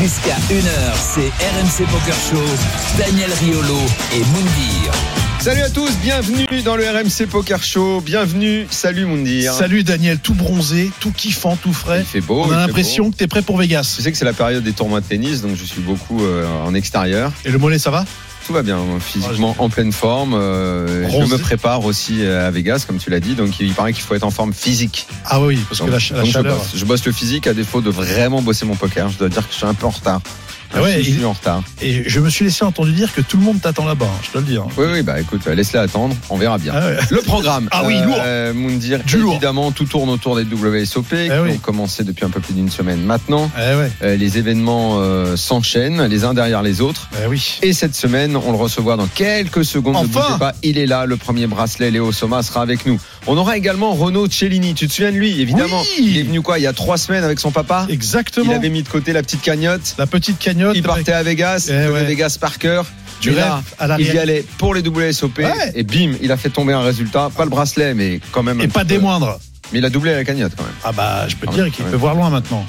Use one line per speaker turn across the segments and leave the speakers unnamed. Jusqu'à 1h, c'est RMC Poker Show. Daniel Riolo et Moundir.
Salut à tous, bienvenue dans le RMC Poker Show. Bienvenue, salut Moundir.
Salut Daniel, tout bronzé, tout kiffant, tout frais.
Hein. Il fait beau.
On
il
a
fait
l'impression que t'es prêt pour Vegas.
Tu sais que c'est la période des tournois de tennis, donc je suis beaucoup euh, en extérieur.
Et le mollet, ça va
Tout va bien,
Ah,
physiquement en pleine forme. euh, je
Bronzé.
me prépare aussi à Vegas, comme tu l'as dit, donc il paraît qu'il faut être en forme physique.
Ah oui, parce que
Donc-
la, ch- la
donc je
chaleur.
bosse. Je bosse le physique à défaut de vraiment bosser mon poker. Je dois dire que je suis un peu en retard.
Ah ouais,
je suis
il-
en retard.
Et je me suis laissé entendre dire que tout le monde t'attend là-bas, hein, je te le dis. hein.
Oui, oui, bah écoute, laisse-la attendre, on verra bien.
Ah ouais.
Le programme.
Ah oui, lourd.
Euh, Moundir,
Du lourd. Eh
évidemment, tout tourne autour des WSOP qui
oui.
ont commencé depuis un peu plus d'une semaine maintenant.
Eh ouais,
Euh, les événements euh, s'enchaînent, les uns derrière les autres.
eh oui.
Et cette semaine, on le recevra dans quelques secondes. Ne
Enfin
bougez pas, il est là, le premier bracelet, Léo Soma sera avec nous. On aura également Renaud Cellini. Tu te souviens de lui, évidemment
Oui
Il est venu quoi Il y a trois semaines avec son papa
Exactement.
Il avait mis de côté la petite cagnotte.
La petite cagnotte.
Il partait à Vegas,
Eh
il connaît
ouais.
Vegas par cœur.
du
Mais
rêve
là,
à la
il y
réalité.
allait pour les WSOP
Ouais.
et bim, il a fait tomber un résultat. Pas le bracelet, mais quand même. un
Et pas
petit
des
peu.
moindres.
Mais il a doublé la cagnotte quand même.
Ah bah, je peux te
Ah ouais,
dire qu'il
ouais.
peut voir loin maintenant.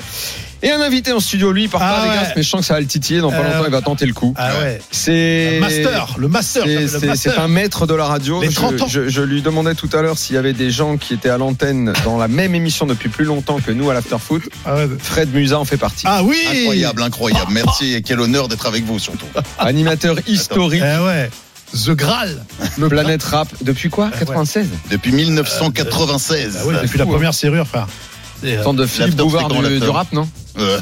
Et un invité en studio, lui, il part pas
Ah
à Vegas,
ouais.
mais je sens que ça va le titiller. Dans pas
Euh,
longtemps, il va tenter le coup.
Ah ouais.
C'est.
Le master, le master.
C'est-
le
C'est
master.
c'est un maître de la radio.
Les
Je-
30 ans.
Je, je lui demandais tout à l'heure s'il y avait des gens qui étaient à l'antenne dans la même émission depuis plus longtemps que nous à l'Afterfoot.
Ah, ouais.
Fred Musa en fait partie.
Ah oui
Incroyable, incroyable. Merci et quel honneur d'être avec vous surtout.
Animateur historique,
Eh ouais. The Graal.
le Planète Rap. Depuis quoi
ouais.
96
Depuis 1996.
Ah oui, depuis la
fou, hein.
première serrure, frère. Et, euh,
Tant de Philippe
l'after,
Bouvard
c'est grand,
du,
l'after.
du rap, non
Euh,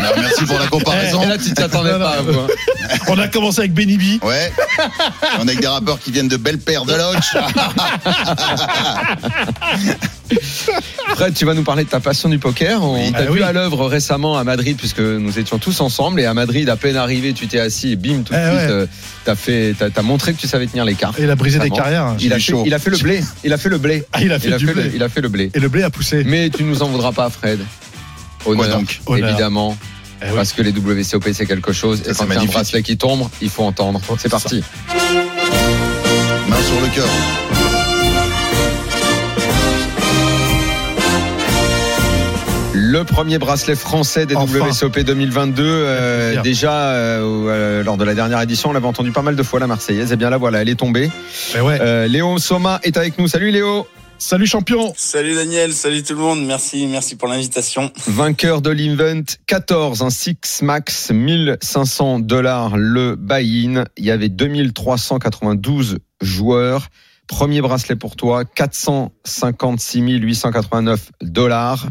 non, merci pour la comparaison.
Et là, tu t'attendais
Non, non.
pas. vous, hein.
on a commencé avec Benny B.
Ouais. On est avec des rappeurs qui viennent de belle paire de Ah, Lodge.
Fred, tu vas nous parler de ta passion du poker. On
Oui.
t'a
Ah
vu
oui.
à l'œuvre récemment à Madrid, puisque nous étions tous ensemble. Et à Madrid, à peine arrivé, tu t'es assis et bim, tout de
Eh
suite,
ouais.
euh, t'as fait, t'as t'as montré que tu savais tenir les cartes.
Et il a brisé des
Vraiment.
carrières. hein.
Il a,
J'ai
fait,
chaud.
il a fait le blé. Il a fait le blé.
Ah, il a fait du blé.
Le, il Mm. a fait le blé.
Et le blé a poussé.
Mais tu nous en voudras pas, Fred. Honneur,
Quoi donc
Honneur.
évidemment,
Eh oui.
parce que les WCOP c'est quelque chose.
Ça,
et quand
c'est
il y a un
magnifique.
bracelet qui tombe, il faut entendre.
Oh,
C'est parti.
Main sur le cœur.
Le premier bracelet français des
Enfin.
WSOP 2022. euh,
Bien.
déjà, euh, euh, lors de la dernière édition, on l'avait entendu pas mal de fois, la Marseillaise. Et bien là, voilà, elle est tombée.
Eh ouais.
Euh, Léo Soma est avec nous. Salut Léo
Salut champion.
Salut Daniel, salut tout le monde, merci, merci pour l'invitation.
Vainqueur de l'event 14, un 6 max, 1500 dollars le buy-in. Il y avait 2392 joueurs. Premier bracelet pour toi, 456 889 dollars.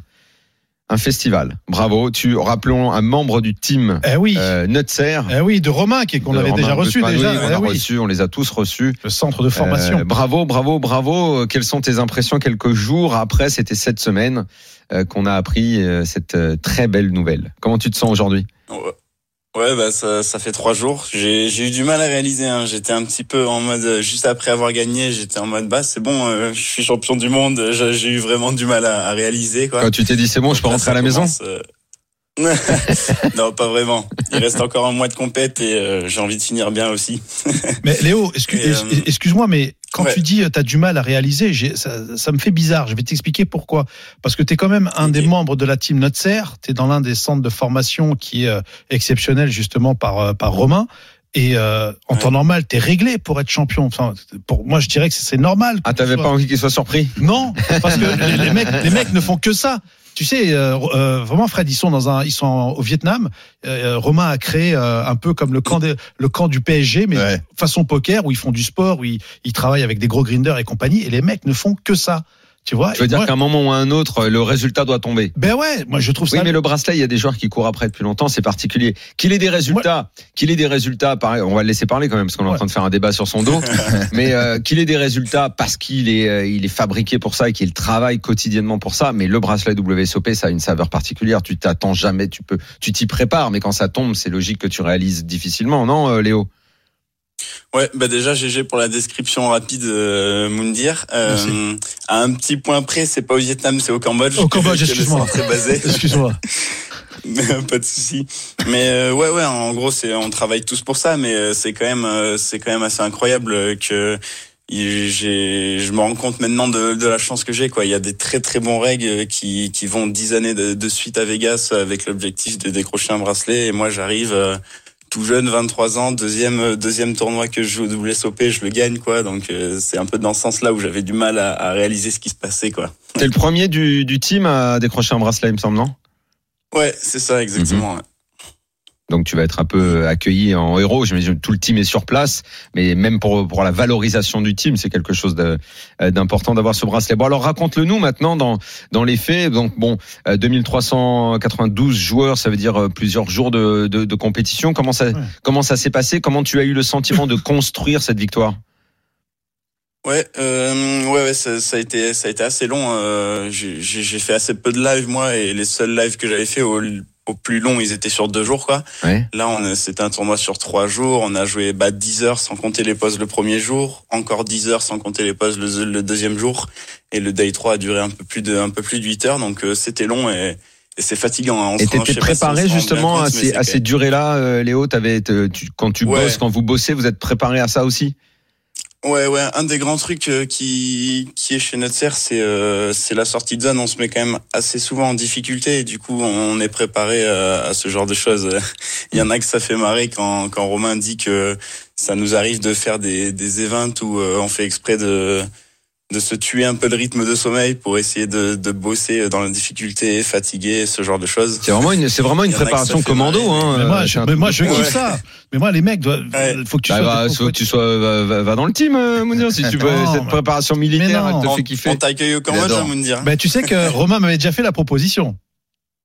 Un festival. Bravo. Tu, rappelons, un membre du team
Eh oui.
euh, Nutser.
Eh oui, de Romain qui- qu'on
de
avait
Romain
déjà reçu
Gosselin.
déjà.
Oui, on,
Eh
a
oui.
reçu, on les a tous reçus.
Le centre de formation.
Euh, bravo, bravo, bravo. Euh, Quelles sont tes impressions quelques jours après C'était cette semaine euh, qu'on a appris euh, cette euh, très belle nouvelle. Comment tu te sens aujourd'hui
Ouais, Ouais, bah ça, ça fait trois jours. J'ai j'ai eu du mal à réaliser. hein. J'étais un petit peu en mode euh, juste après avoir gagné, j'étais en mode bah c'est bon, euh, je suis champion du monde. Je- J'ai eu vraiment du mal à, à réaliser quoi.
Quand Bah, tu t'es dit c'est bon, je peux
Là,
rentrer à
ça
la maison
commence, euh, non, pas vraiment. Il reste encore un mois de compète et euh, j'ai envie de finir bien aussi.
Mais Léo, excu-
Et, euh,
ex- excuse-moi, mais quand
ouais.
tu dis euh, t'as du mal à réaliser, j'ai- ça, ça me fait bizarre. Je vais t'expliquer pourquoi. Parce que t'es quand même un
Ok.
des membres de la team Notser. T'es dans l'un des centres de formation qui est euh, exceptionnel justement par euh, par Romain. Et euh, en
Ouais.
temps normal, t'es réglé pour être champion. Enfin, pour moi, je dirais que c'est normal.
Ah, t'avais pas envie qu'il soit surpris
Non, parce que les, les mecs, les mecs ne font que ça. Tu sais, euh, euh, vraiment, Fred, ils sont dans un, ils sont en- au Vietnam. Euh, Romain a créé euh, un peu comme le camp, des- le camp du PSG, mais
Ouais.
façon poker, où ils font du sport, où ils, ils travaillent avec des gros grinders et compagnie. Et les mecs ne font que ça. Tu vois
Je veux
Et
dire
moi-
qu'à un moment ou à un autre, le résultat doit tomber.
Ben ouais, moi je trouve
Oui,
ça.
mais le bracelet, il y a des joueurs qui courent après depuis longtemps, c'est particulier. Qu'il ait des résultats, qu'il ait des résultats, pareil, on va le laisser parler quand même, parce qu'on est en
Ouais.
train de faire un débat sur son dos, mais euh, qu'il ait des résultats parce qu'il est, euh, il est fabriqué pour ça et qu'il travaille quotidiennement pour ça, mais le bracelet WSOP, ça a une saveur particulière. Tu t'attends jamais, tu peux, tu t'y prépares, mais quand ça tombe, c'est logique que tu réalises difficilement, non, euh, Léo
Ouais, bah déjà GG pour la description rapide, euh, Moundir. Euh, à un petit point près, c'est pas au Vietnam, c'est au Cambodge.
Au Cambodge,
que le
excuse-moi.
centre est basé.
Excuse-moi.
pas de souci. Mais euh, ouais, ouais, en gros, c'est on travaille tous pour ça, mais euh, c'est quand même, euh, c'est quand même assez incroyable euh, que il- j'ai, je me rends compte maintenant de, de la chance que j'ai. Quoi, il y a des très très bons règles qui qui vont dix années de, de suite à Vegas avec l'objectif de décrocher un bracelet, et moi j'arrive. euh, tout jeune, 23 ans, deuxième euh, deuxième tournoi que je joue au WSOP, je le gagne quoi. Donc euh, c'est un peu dans ce sens-là où j'avais du mal à, à réaliser ce qui se passait quoi.
T'es le premier du, du team à décrocher un bracelet, il me semble, non
Ouais, c'est ça exactement. ouais.
Donc tu vas être un peu euh, accueilli en héros. J'imagine que tout le team est sur place, mais même pour, pour la valorisation du team, c'est quelque chose de- euh, d'important d'avoir ce bracelet. Bon, alors raconte-le nous maintenant dans, dans les faits. Donc bon, euh, 2392 joueurs, ça veut dire euh, plusieurs jours de, de, de compétition. Comment ça,
Ouais.
comment ça s'est passé Comment tu as eu le sentiment de construire cette victoire
Ouais, euh, ouais, ouais, ça, ça a été, ça a été assez long. euh, j'ai j'ai- j'ai fait assez peu de live moi, et les seuls lives que j'avais fait au, au plus long, ils étaient sur deux jours, quoi.
Ouais.
Là, on, a- c'était un tournoi sur trois jours. On a joué bah, 10 heures sans compter les pauses le premier jour, encore 10 heures sans compter les pauses le, le deuxième jour, et le day 3 a duré un peu plus de, un peu plus de 8 heures, donc euh, c'était long et, et c'est fatigant. hein. On
Et
se rend-
t'étais
je sais pas si on se
préparé
rend bien
justement
compte,
à
mais
ces,
c'est
à ces durées-là, euh, Léo t'avais, te- tu, Quand tu
Ouais.
bosses, quand vous bossez, vous êtes préparé à ça aussi
Ouais, ouais, un des grands trucs euh, qui, qui est chez Nutser, c'est euh, c'est la sortie de zone. On se met quand même assez souvent en difficulté et du coup, on est préparé euh, à ce genre de choses. Il y en a que ça fait marrer quand, quand Romain dit que ça nous arrive de faire des, des events où euh, on fait exprès de, de se tuer un peu le rythme de sommeil pour essayer de, de bosser dans la difficulté, fatigué, ce genre de choses.
C'est vraiment une, c'est vraiment
Il
une
y en a que ça
préparation
fait
commando.
marrer,
Hein,
Mais moi,
euh,
je,
c'est un
mais
truc-
moi, je kiffe
Ouais.
ça. Mais moi, les mecs, doivent-
Ouais.
faut que tu
Bah,
sois.
bah, faut que tu sois, va, va- va dans le team, euh, Mounir, si tu veux.
Non,
Cette
mais-
préparation militaire,
mais non.
elle te
On,
fait kiffer.
on t'accueille au
Il
Cambodge,
adore.
hein, Moundir.
Bah, tu sais que Romain m'avait déjà fait la proposition.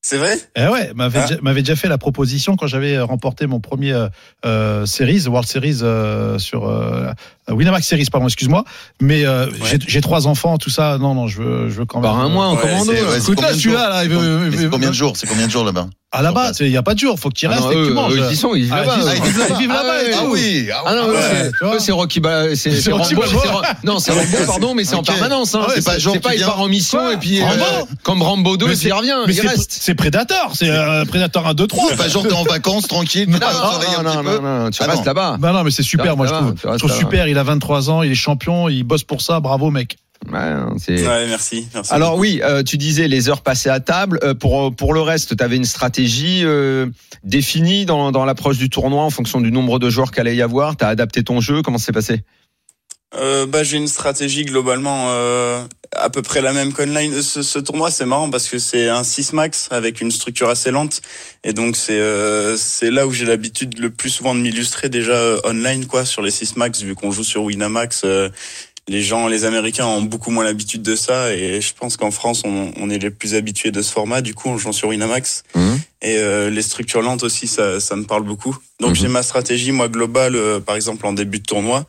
C'est vrai
Eh ouais, m'avait
Ah.
déjà- m'avait déjà fait la proposition quand j'avais euh, remporté mon premier euh, euh, series, World Series euh, sur euh, euh, Winamax Series, pardon, excuse-moi. Mais euh, j'ai- j'ai trois enfants, tout ça. Non, non, je veux, je veux quand même. euh,
Par un mois en
Ouais,
commando.
c'est-
là.
ouais, c'est
Écoute, là,
combien de
celui-là, là, il veut-
Mais
il
c'est
veut-
combien de jours C'est combien de jours là-bas
Ah là-bas, c'est- il n'y a pas de jour, faut que tu y
Ah
restes
non,
et que tu
eux,
manges.
eux, ils y sont, ils vivent
Ah,
là-bas.
ils y
eux.
sont, ils vivent
Ah,
là-bas et
ouais,
tout.
eux,
oui
Ah non, eux,
Ouais,
c'est-
tu vois.
eux, c'est Rocky Ba- c'est
C'est
c'est
Rocky
Rambo,
Balboa.
c'est Ra- non, c'est Rambo, pardon, mais c'est en
Ok.
permanence, hein.
Ah ouais,
C'est
c'est
pas,
pas genre
c'est pas,
tu
il
viens-
part en mission
Ouais.
et puis, euh,
Rambo.
comme Rambo 2,
Mais
il
c'est-
revient,
Mais
il
c'est-
reste.
c'est Predator, c'est euh, Predator 1, 2, 3.
C'est pas genre t'es en vacances tranquille, tu vas au soleil un petit peu.
non, tu
Ah
restes
non.
là-bas.
Bah non, mais c'est super,
Ça
moi, je
va,
trouve.
ça va,
Je trouve
ça va.
super, il a 23 ans, il est champion, il bosse pour ça, bravo, mec.
Ouais, c'est-
Ouais, merci. merci
Alors oui, euh, tu disais les heures passées à table. Euh, pour pour le reste, tu avais une stratégie euh, définie dans, dans l'approche du tournoi en fonction du nombre de joueurs qu'elle allait y avoir. T'as adapté ton jeu. Comment ça s'est passé
Euh, bah, j'ai une stratégie globalement euh, à peu près la même qu'online. Ce, ce tournoi, c'est marrant parce que c'est un 6 max avec une structure assez lente. Et donc, c'est euh, c'est là où j'ai l'habitude le plus souvent de m'illustrer déjà euh, online, quoi, sur les 6 max, vu qu'on joue sur Winamax. euh, les gens, les Américains ont beaucoup moins l'habitude de ça. Et je pense qu'en France, on, on est les plus habitués de ce format. Du coup, on joue sur Winamax.
Mhm.
Et euh, les structures lentes aussi, ça, ça me parle beaucoup. Donc, j'ai ma stratégie, moi, globale, euh, par exemple, en début de tournoi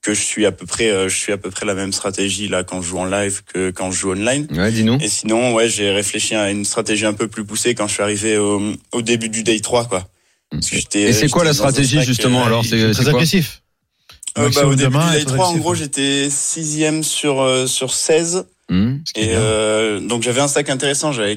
que je suis à peu près euh, je suis à peu près la même stratégie là quand je joue en live que quand je joue online.
Ouais, dis-nous.
Et sinon ouais, j'ai réfléchi à une stratégie un peu plus poussée quand je suis arrivé au, au début du day 3 quoi. Parce que j'étais-
Et c'est quoi la
j'étais dans un
stratégie,
stack,
justement,
euh,
alors, c'est-
Il est
c'est
très
quoi
agressif.
euh, bah,
Maximum
au
de
début
mains, il
du
est
day
très
3 en
agressif.
gros, j'étais sixième sur euh, sur 16
Mmh.
Ce qui est
et
bien.
euh, donc j'avais un stack intéressant, j'avais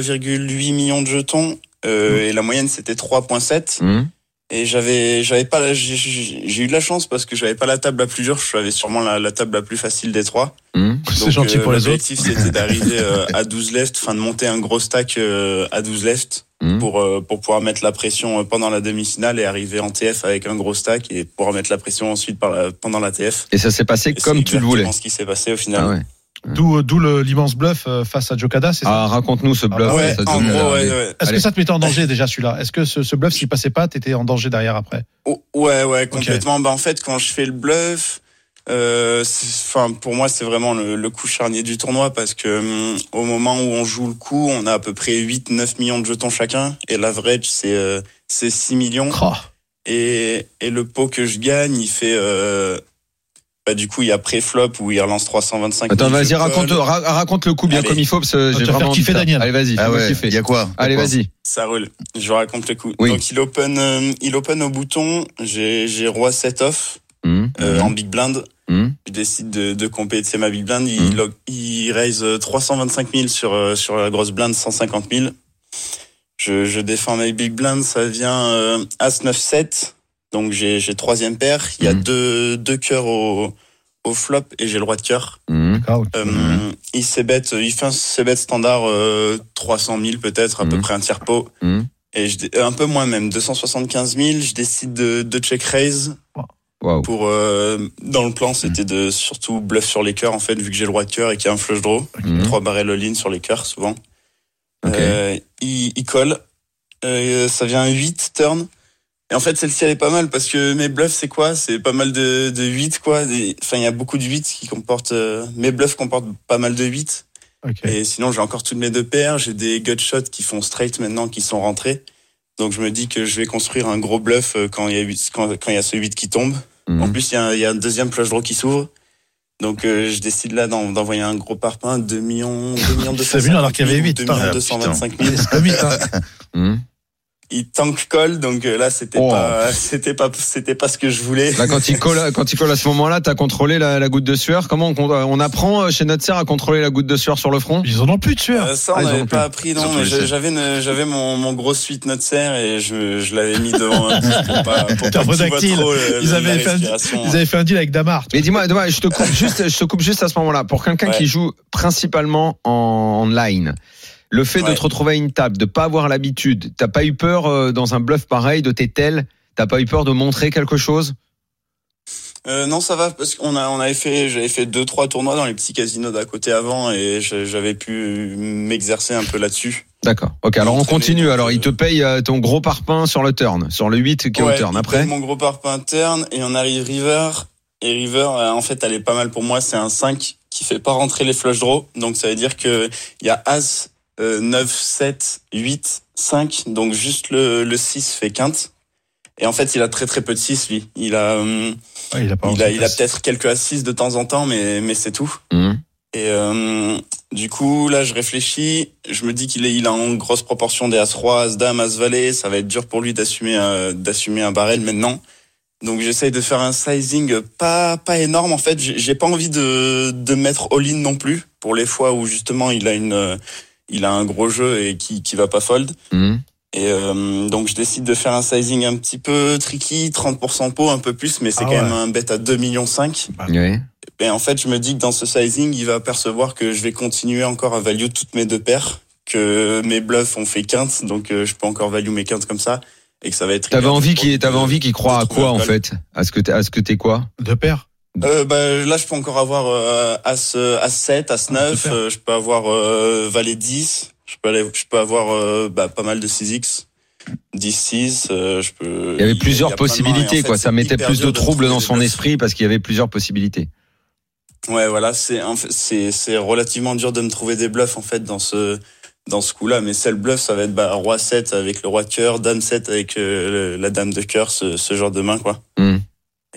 4,8 millions de jetons
Mhm.
euh, et la moyenne c'était 3.7.
Mmh.
Et j'avais, j'avais pas, la- j'ai- j'ai j'ai eu de la chance parce que j'avais pas la table la plus dure. Je avais sûrement la, la table la plus facile des trois.
Mmh.
C'est
Donc,
gentil
euh,
pour les autres.
L'objectif c'était d'arriver euh, à 12 left, enfin de monter un gros stack euh, à 12 left
Mhm.
pour euh, pour pouvoir mettre la pression euh, pendant la demi-finale et arriver en TF avec un gros stack et pouvoir mettre la pression ensuite par la- pendant la TF.
Et ça s'est passé
Et
comme
c'est
tu le
exactement
voulais.
Ce qui s'est passé au final.
Ah ouais.
D'où euh, d'où le- l'immense bluff euh, face à Jokada, c'est ça
Ah, raconte-nous ce bluff.
Ah
Ouais,
ça, ça
en
nous a
gros, ouais,
regardé.
ouais.
Est-ce que
allez.
ça te mettait en danger déjà celui-là Est-ce que ce, ce bluff, s'il passait pas, t'étais en danger derrière après
Oh, ouais, ouais, complètement. Bah, en fait, quand je fais le bluff, euh, c'est- enfin, pour moi, c'est vraiment le, le coup charnier du tournoi parce que hum, au moment où on joue le coup, on a à peu près 8-9 millions de jetons chacun et l'average, c'est euh, c'est 6 millions.
Oh.
Et, et le pot que je gagne, il fait. Euh, bah, du coup, il y a pré-flop où il relance 325.
Attends,
mille
vas-y,
jetons.
raconte, ra- raconte le coup bien
Allez.
comme il faut parce que
vas
j'ai
faire
vraiment. envie
kiffer
de ça.
Daniel.
Allez, vas-y.
Ah
fais-moi
ouais,
kiffer.
il y a quoi
Allez,
Quoi
vas-y.
Ça roule. Je raconte le coup.
Oui.
Donc, il open, euh, il open au bouton. J'ai j'ai roi 7 off
Mmh.
euh, en big blind.
Mmh.
Je décide de, de compétir ma big blind.
Mhm.
Il, log- il raise euh, 325 000 sur, euh, sur la grosse blind, 150 000. Je, je défends mes big blinds, ça vient euh, As 9 7. Donc j'ai j'ai troisième paire. Il y a
Mhm.
deux deux cœurs au au flop et j'ai le roi de cœur.
Mhm.
Euh,
Mhm.
Il s'ébête, il fait un s'ébête standard euh, 300 000 peut-être, à peu
Mhm.
près un tiers pot.
Mhm.
Et je, dé- euh, un peu moins même, 275 000. Je décide de, de check raise
Waouh.
pour euh, dans le plan, c'était de surtout bluff sur les cœurs en fait, vu que j'ai le roi de cœur et qu'il y a un flush draw.
Mhm.
Trois barrels all-in sur les cœurs, souvent.
Ok.
Euh, il, il colle. Euh, ça vient 8 turn. Et en fait, celle-ci, elle est pas mal parce que mes bluffs, c'est quoi C'est pas mal de, de 8, quoi. Des- Enfin, il y a beaucoup de 8 qui comportent. euh, mes bluffs comportent pas mal de 8.
Ok.
Et sinon, j'ai encore toutes mes deux paires. J'ai des gut shots qui font straight maintenant, qui sont rentrés. Donc, je me dis que je vais construire un gros bluff euh, quand il y a, huit- quand, quand il y a ce 8 qui tombe.
Mhm.
En plus, il y, a un- il y a un deuxième flush draw qui s'ouvre. Donc, euh, je décide là d'en- d'envoyer un gros parpaing, 2 millions, 2 millions
C'est venu alors qu'il y avait
8.
huit, hein. Ah,
2
putain.
225 000.
C'est pas vite, hein.
Mhm.
Il tank call, donc euh, là, c'était
Oh.
pas, c'était pas, c'était pas ce que je voulais.
Là, quand il colle, quand il colle à ce moment-là, t'as contrôlé la, la goutte de sueur. Comment on, con- on apprend euh, chez notre sœur à contrôler la goutte de sueur sur le front
Ils en ont plus de sueur.
Euh, ça,
Ah,
on
ils en ont
n'avait
plus.
pas appris, non.
Surtout
mais
les
j'a-
sept.
J'avais, une- j'avais mon, mon gros suite note serre et je, je l'avais mis devant un petit pour pas, pour pas que tu vois
Pterodactyle.
trop le-
Ils
le-
avaient
la
fait un-
respiration.
Ils avaient fait un deal avec Damar.
Mais dis-moi, dis-moi, je te coupe juste, je te coupe juste à ce moment-là. Pour quelqu'un
Ouais.
qui joue principalement en online, le fait de
Ouais.
te retrouver à une table, de pas avoir l'habitude, t'as pas eu peur euh, dans un bluff pareil de tes tels, t'as pas eu peur de montrer quelque chose
Euh, non, ça va parce qu'on a, on avait fait, j'avais fait deux trois tournois dans les petits casinos d'à côté avant et je- j'avais pu m'exercer un peu là-dessus.
D'accord. Ok. Alors on
Montrer,
continue.
donc,
Alors il te paye euh, ton gros parpaing sur le turn, sur le 8 qui est au
Ouais,
turn.
il
Après.
prend mon gros parpaing turn et on arrive river et river euh, en fait elle est pas mal pour moi. C'est un 5 qui fait pas rentrer les flush draws donc ça veut dire que il y a as euh, 9 7 8 5 donc juste le le 6 fait quinte. Et en fait, il a très très peu de 6 lui. Il a hum,
Ouais, il a pas
il a,
rentré
il a
de
peut-être quelques assises de temps en temps mais mais c'est tout.
Mhm.
Et euh, du coup, là, je réfléchis. Je me dis qu'il est, il a en grosse proportion des as roi, as dame, as valet. Ça va être dur pour lui d'assumer, euh, d'assumer un barrel maintenant. Donc, j'essaye de faire un sizing pas, pas énorme. En fait, j'ai j'ai pas envie de, de mettre all-in non plus pour les fois où justement il a une, euh, il a un gros jeu et qui, qui va pas fold.
Mhm.
Et euh, donc, je décide de faire un sizing un petit peu tricky, 30% pot, un peu plus, mais c'est
Ah
quand
ouais.
même un bet à 2,5 millions.
Ouais.
Ben, en fait, je me dis que dans ce sizing, il va percevoir que je vais continuer encore à value toutes mes deux paires, que mes bluffs ont fait quinte, donc euh, je peux encore value mes quintes comme ça, et que ça va être.
T'avais
hyper
envie
dur pour lui
qu'il, t'avais
de-
envie qu'il croit
de
à
trouver
quoi
un
en
call.
fait À ce que, t'es- à ce que t'es quoi
Deux paires.
euh, ben, Là, je peux encore avoir euh, As, euh, As 7, As 9,
super.
euh, je peux avoir euh, Valet 10, je peux, aller, je peux avoir euh, bah, pas mal de 6x. 10-6, euh, je peux.
Il y avait plusieurs
a plein de mains, et en
possibilités,
fait,
quoi.
c'est
Ça mettait
hyper
plus
dur
de troubles
trouver
dans
des
son
bluffs.
esprit parce qu'il y avait plusieurs possibilités.
Ouais, voilà, c'est en fait, c'est c'est relativement dur de me trouver des bluffs en fait dans ce dans ce coup-là, mais seul bluff ça va être bah, roi 7 avec le roi de cœur, dame 7 avec euh, le- la dame de cœur, ce, ce genre de main quoi.
Mhm.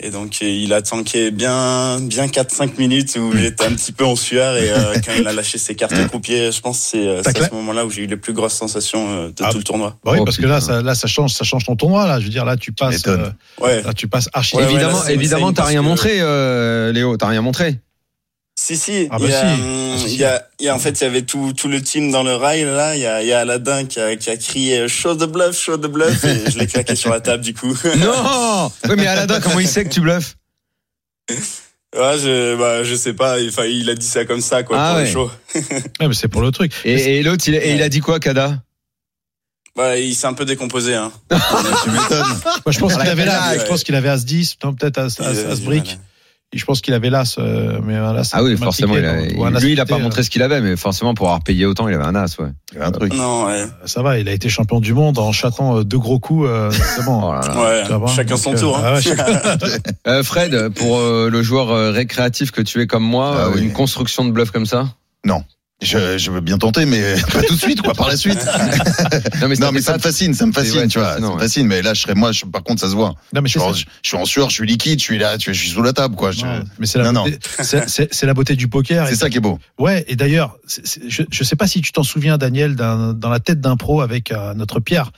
Et donc euh, il a tanké bien bien 4 5 minutes où j'étais un petit peu en sueur et euh, quand il a lâché ses cartes croupiers, je pense que c'est euh,
T'as
c'est à
cla-
ce moment-là où j'ai eu les plus grosses sensations euh, de
Ah.
tout le tournoi.
Bah oui,
Oh,
parce que
putain.
là, ça, là, ça change, ça change ton tournoi. Là, je veux dire, là, tu passes,
m'étonnes.
euh,
Ouais.
là, tu passes archi.
Ouais, ouais, là,
évidemment,
c'est-
évidemment,
c'est
t'as
parce
rien
que-
montré, euh, Léo. T'as rien montré.
Si si,
Ah bah
il y a,
si.
hum,
Ah, si, si.
il y a- il y a- en fait il y avait tout tout le team dans le rail là, il y a il y a Aladdin qui a qui a crié show de bluff, show de bluff et je l'ai claqué sur la table du coup.
Non. Oui, mais Aladdin, comment il sait que tu bluffes
Ouais, je bah je sais pas, enfin il a dit ça comme ça quoi
Ah
pour
ouais.
le show.
Ouais, mais c'est pour le truc. Mais c'est-
Et, et l'autre, il, et il a dit quoi, Kada
Bah il s'est un peu décomposé hein.
Tu m'étonnes.
moi, je pense
Voilà,
qu'il avait là,
ouais.
je pense qu'il avait as 10, non, peut-être as,
Il
as,
a-
as
il a-
brick. Et Je pense qu'il avait l'as, euh, mais un as.
Ah oui,
mal
forcément.
piqué,
il a-
donc, ou un as
lui, il a pas
piqué,
montré ce qu'il avait, mais forcément, pour avoir payé autant, il avait un as, ouais.
Il y a un truc.
Non ouais.
euh, Ça va, il a été champion du monde en chatant euh, deux gros coups. euh, c'est bon.
Oh là là.
Ouais,
Ça va.
chacun
Donc,
son
euh,
tour hein.
ah ouais, chacun-
Euh, Fred, pour euh, le joueur euh, récréatif que tu es comme moi,
Ah
euh,
oui.
une construction de bluff comme ça
Je, je veux bien tenter, mais pas tout de suite, quoi, par la suite.
mais,
Non, mais ça me
fait
fascine, ça me
ouais,
fascine,
c'est
tu vois. Ça
fascinant,
me fascine, mais là, je serais, moi, je- par contre, ça se voit.
Non, mais
Je
c'est
suis, en,
ça.
je suis en sueur, je suis liquide, je suis là, tu vois, je suis sous la table, quoi. Je-
Non, mais c'est la,
Non,
beauté- c'est- c'est- c'est la beauté du poker. et
C'est ça qui est beau.
Ouais, et d'ailleurs, c'est- c'est- je ne sais pas si tu t'en souviens, Daniel, d'un- dans la tête d'un pro avec euh, notre Pierre,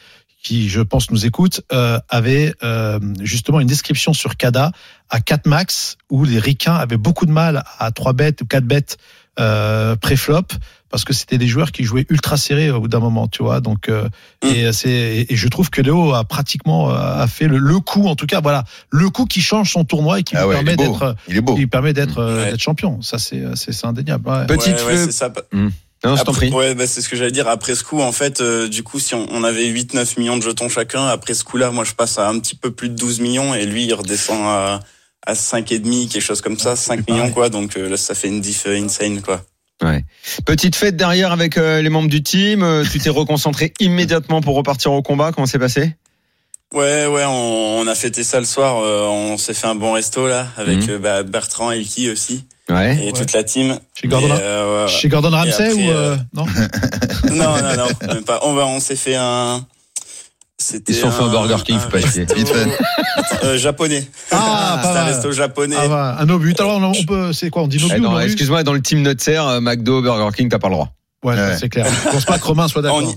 qui je pense nous écoute, euh, avait euh, justement une description sur Cada à 4 max où les ricains avaient beaucoup de mal à 3 bêtes ou 4 bêtes euh, pré-flop parce que c'était des joueurs qui jouaient ultra serrés au bout d'un moment, tu vois. Donc euh,
Mm.
et c'est et, et je trouve que Léo a pratiquement euh, a fait le, le coup en tout cas, voilà, le coup qui change son tournoi et qui
Ah
lui
ouais, il est
permet
beau.
d'être
Il est beau.
qui lui permet d'être euh,
Ouais.
d'être champion. Ça c'est euh, c'est c'est indéniable. ouais.
Petite
ouais, ouais,
fleu-
c'est ça.
Non, je t'en
Après,
prie.
ouais, bah, c'est ce que j'allais dire. Après ce coup, en fait, euh, du coup, si on, on avait 8-9 millions de jetons chacun, après ce coup-là, moi, je passe à un petit peu plus de 12 millions et lui, il redescend à, à 5,5, quelque chose comme ça, 5 millions, quoi. Donc euh, là, ça fait une diff euh, insane, quoi.
Petite fête derrière avec euh, les membres du team. Euh, tu t'es reconcentré immédiatement pour repartir au combat. Comment c'est passé
Ouais, ouais, on, on a fêté ça le soir. euh, on s'est fait un bon resto, là, avec
Mhm.
euh, bah, Bertrand, Elki aussi,
Ouais.
et toute la team.
Chez Gordon,
Et, euh, ouais,
chez Gordon Ramsay
après,
ou euh, non
non, non, non, même pas. On, va- on s'est fait un. C'était
Ils se sont fait un Burger King, faut pas chier.
resto,
Vite
euh, japonais.
Ah, pas
C'était un
mal.
resto japonais.
Ah, bah, un obus. Alors on, on peut c'est quoi on dit nos
Eh,
buts,
dans-
nos buts
Excuse-moi, dans le team Nutser, euh, McDo, Burger King, t'as pas le droit.
Ouais,
Ouais.
c'est clair. Je pense pas que Romain soit
on,
d'accord.
y,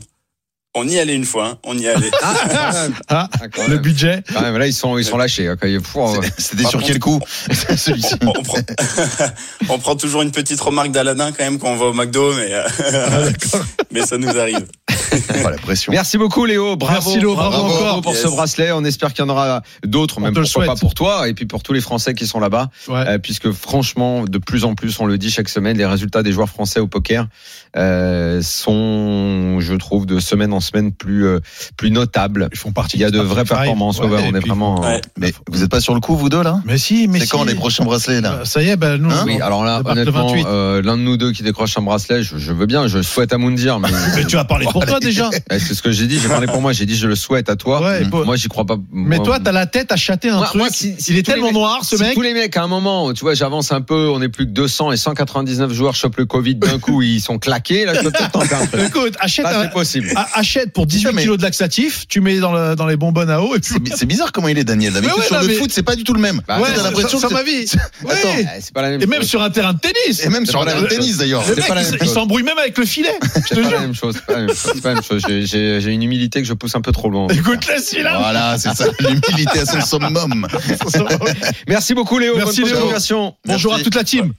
on y allait une fois, hein. on y allait.
Ah,
quand
le
même.
budget.
Quand même, Ah, là, ils sont, ils sont lâchés. hein, quand ils- Pouah, ouais.
C'était sur quel coup Celui-ci.
on, on prend, on prend toujours une petite remarque d'Aladin quand même quand on va au McDo, mais, euh,
Ah,
mais ça nous arrive.
Oh, la pression.
Merci beaucoup, Léo. Bravo.
Merci Léo, bravo,
Bravo.
encore.
pour
Yes.
ce bracelet. On espère qu'il y en aura d'autres,
On
même
te le
pourquoi
souhaite.
pas pour toi et puis pour tous les Français qui sont là-bas,
Ouais.
euh, puisque franchement, de plus en plus, on le dit chaque semaine, les résultats des joueurs français au poker euh, sont, je trouve, de semaine en semaine plus euh, plus notables.
Ils font partie.
Il y a
du
de
staff
vraies
qui arrive.
performances.
Ouais,
ouais,
et
on est
puis-
vraiment. euh,
Ouais.
Mais vous êtes pas sur le coup, vous deux, là
Mais si, mais
C'est
si.
quand les prochains bracelets, là
Euh, Ça y est, ben nous.
Hein
oui, ah. alors là,
débarque le
honnêtement,
28.
euh, l'un de nous deux qui décroche un bracelet, je, je veux bien, je souhaite à Moundir, mais
Mais tu as parlé pour toi déjà.
Eh, c'est ce que j'ai dit, j'ai parlé pour moi, j'ai dit je le souhaite à toi. Mm.
Ouais, et pour-
Moi, j'y crois pas.
Mais
Moi-
toi, t'as la tête à chater un
Moi-
truc.
moi, si- si
Il est
tous les
tellement
mecs-
noir, ce
Si
mec.
tous les mecs, à un moment, tu vois, j'avance un peu, on est plus que 200 et 199 joueurs chopent le Covid d'un coup, ils sont claqués. Là, je peux peut-être tenter un truc.
Euh, Écoute, achète,
Là,
un-
Bah, c'est possible.
a- achète pour 18
Putain, mais-
kilos de laxatif, tu mets dans, le- dans les bonbonnes à eau et puis.
C'est bi- c'est bizarre comment il est, Daniel. là. Mais
Mais
écoute,
ouais,
sur
non,
le
mais-
foot, c'est pas du tout le même.
Bah,
Tu
ouais,
sais, t'as
ça-
l'impression
ça
que
m'a vie.
Attends.
Ouais.
Eh, C'est pas la même
Et même
chose.
sur un terrain de tennis.
c'est- Et même sur
pas
un
la
terrain de
même
tennis, d'ailleurs.
Le
c'est
mec,
pas la
il s-
même
il
chose.
s'embrouille même avec le filet. Je te
C'est pas la
jure.
même chose. c'est pas la même chose, c'est pas la même chose. J'ai- J'ai j'ai une humilité que je pousse un peu trop loin.
Écoute, là, celui là.
Voilà, c'est ça, l'humilité à son summum.
Merci beaucoup, Léo.
Merci,
Bonne
Léo.
continuation.
Bonjour
Merci.
à toute la team.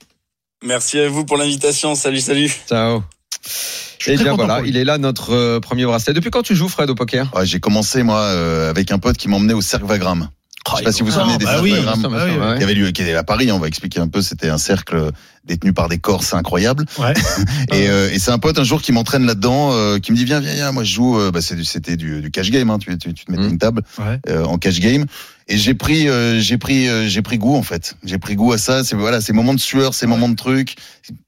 Merci à vous pour l'invitation. Salut, salut.
Ciao.
suis
Et
très
bien
content
voilà,
pour lui.
il est là notre euh, premier bracelet. Depuis quand tu joues, Fred, au poker
Ouais, J'ai commencé, moi, euh, avec un pote qui m'emmenait au cercle Vagram. Je sais pas si vous vous
Ah,
souvenez des
bah
cercles
oui,
Vagram.
Ça,
Ah oui,
ça,
Il y avait lui qui était à Paris, hein, on va expliquer un peu, c'était un cercle détenu par des corps, c'est incroyable.
Ouais.
et euh, et c'est un pote un jour qui m'entraîne là-dedans, euh, qui me dit viens, viens, viens, moi je joue, euh, bah, c'est du- c'était du, du cash game, hein, tu, tu, tu te mettais
Mmh.
Mm.
une table
Ouais.
euh, en cash game. Et j'ai pris, euh, j'ai pris, euh, j'ai pris goût en fait. J'ai pris goût à ça. C'est voilà, ces moments de sueur, ces moments de trucs.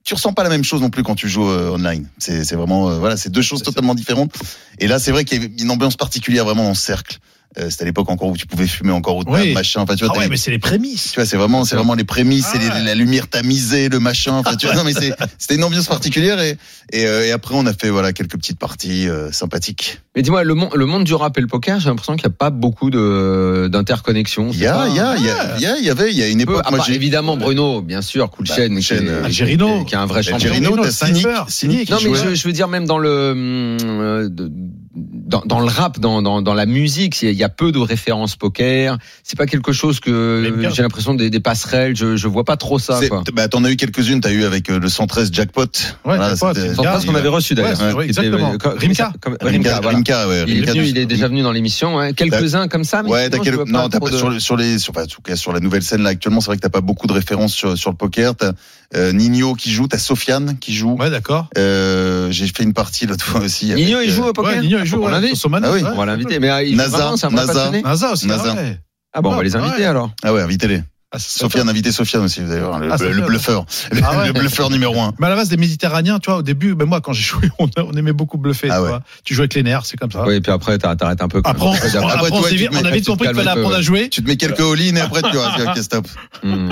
Tu ressens pas la même chose non plus quand tu joues euh, online. C'est c'est vraiment, euh, voilà, c'est deux choses totalement différentes. Et là, c'est vrai qu'il y avait une ambiance particulière vraiment dans le cercle. Euh, C'était à l'époque encore où tu pouvais fumer encore au table,
Oui.
machin. Enfin, tu vois,
Ah
t'as
ouais,
une
mais c'est les prémices.
tu vois, c'est vraiment, c'est vraiment les prémices,
Ah
c'est les-
ouais.
la lumière tamisée, le machin. Enfin, tu vois, non, mais c'est, c'était une ambiance particulière et, et, euh, et après on a fait voilà quelques petites parties euh, sympathiques.
Mais dis-moi, le, mon- le monde du rap et le poker, j'ai l'impression qu'il n'y a pas beaucoup de- d'interconnexion.
Il
c'est
y a,
pas- Ah.
il y a, il y a, il y a, il y avait, il y a une
Peu,
époque.
à
moi,
part,
j'ai-
évidemment Bruno, bien sûr,
Bah,
Coolchen, qui,
Coolchen, euh,
est- qui,
Algerino.
est- qui est un vrai champion.
Algerino, t'as Cynic, Cynic,
Non, mais je, je veux dire, même dans le, hum, euh, de- dans, dans le rap, dans, dans, dans la musique, il y a peu de références poker. C'est pas quelque chose
Mais
que
bien.
j'ai l'impression des, des passerelles. Je, je vois pas trop ça.
c'est-
Quoi.
bah, t'en as eu quelques-unes. T'as eu avec euh, le 113 jackpot.
Jackpot,
c'était-
c'est
Sans
bien.
pas ce qu'on avait reçu d'ailleurs.
Ouais, c'est vrai,
Qui était-
exactement.
euh, comme-
Rimka.
comme-
Rimka,
Rimka, voilà.
Rimka, ouais,
Il est,
Rimka,
venu,
tu-
il est déjà venu dans l'émission. hein. Quelques-uns comme ça, mais
Ouais, t'as
sinon,
quel-
je vois pas
non, t'as
trop
pas
de-
sur, le- sur les, sur, enfin, en tout cas, sur la nouvelle scène là actuellement, c'est vrai que t'as pas beaucoup de références sur, sur le poker. T'as euh, Nino qui joue, t'as Sofiane qui joue.
Ouais, d'accord.
Euh, j'ai fait une partie l'autre fois aussi. avec,
Nino, il joue
euh,
au poker.
Ouais, Nino, il joue.
on
ouais,
l'invite.
Sosoman,
Ah oui,
ouais.
On va l'inviter. Mais euh, il
Nasa,
vraiment, c'est un vrai
Nasa.
passionné.
Nasa aussi.
Nasa.
ah ouais.
Ah bon, on va les inviter
Ouais.
alors.
Ah ouais, invitez-les.
Ah, ça, ça,
Sofiane, invité Sofiane aussi, d'ailleurs, le,
Ah,
le
Sofiane.
bluffeur. Le,
Ah ouais.
le bluffeur numéro un.
Mais à la base des Méditerranéens, tu vois, au début, ben moi, quand j'ai joué, on, on aimait beaucoup bluffer.
Ah
tu,
ouais.
vois. tu joues avec les nerfs, c'est comme ça.
Oui, et puis après, t'as- t'arrêtes un peu. quand
Ah. Après, on,
même. Après,
on-
Ah ouais,
après, on
toi,
s'est
tu
vite-
te mets-
on a
tu
vite
te
compris qu'il
calmes
fallait
un peu,
apprendre
ouais.
à jouer.
Tu te mets quelques all-in et après tu vas ok, stop.
Hmm.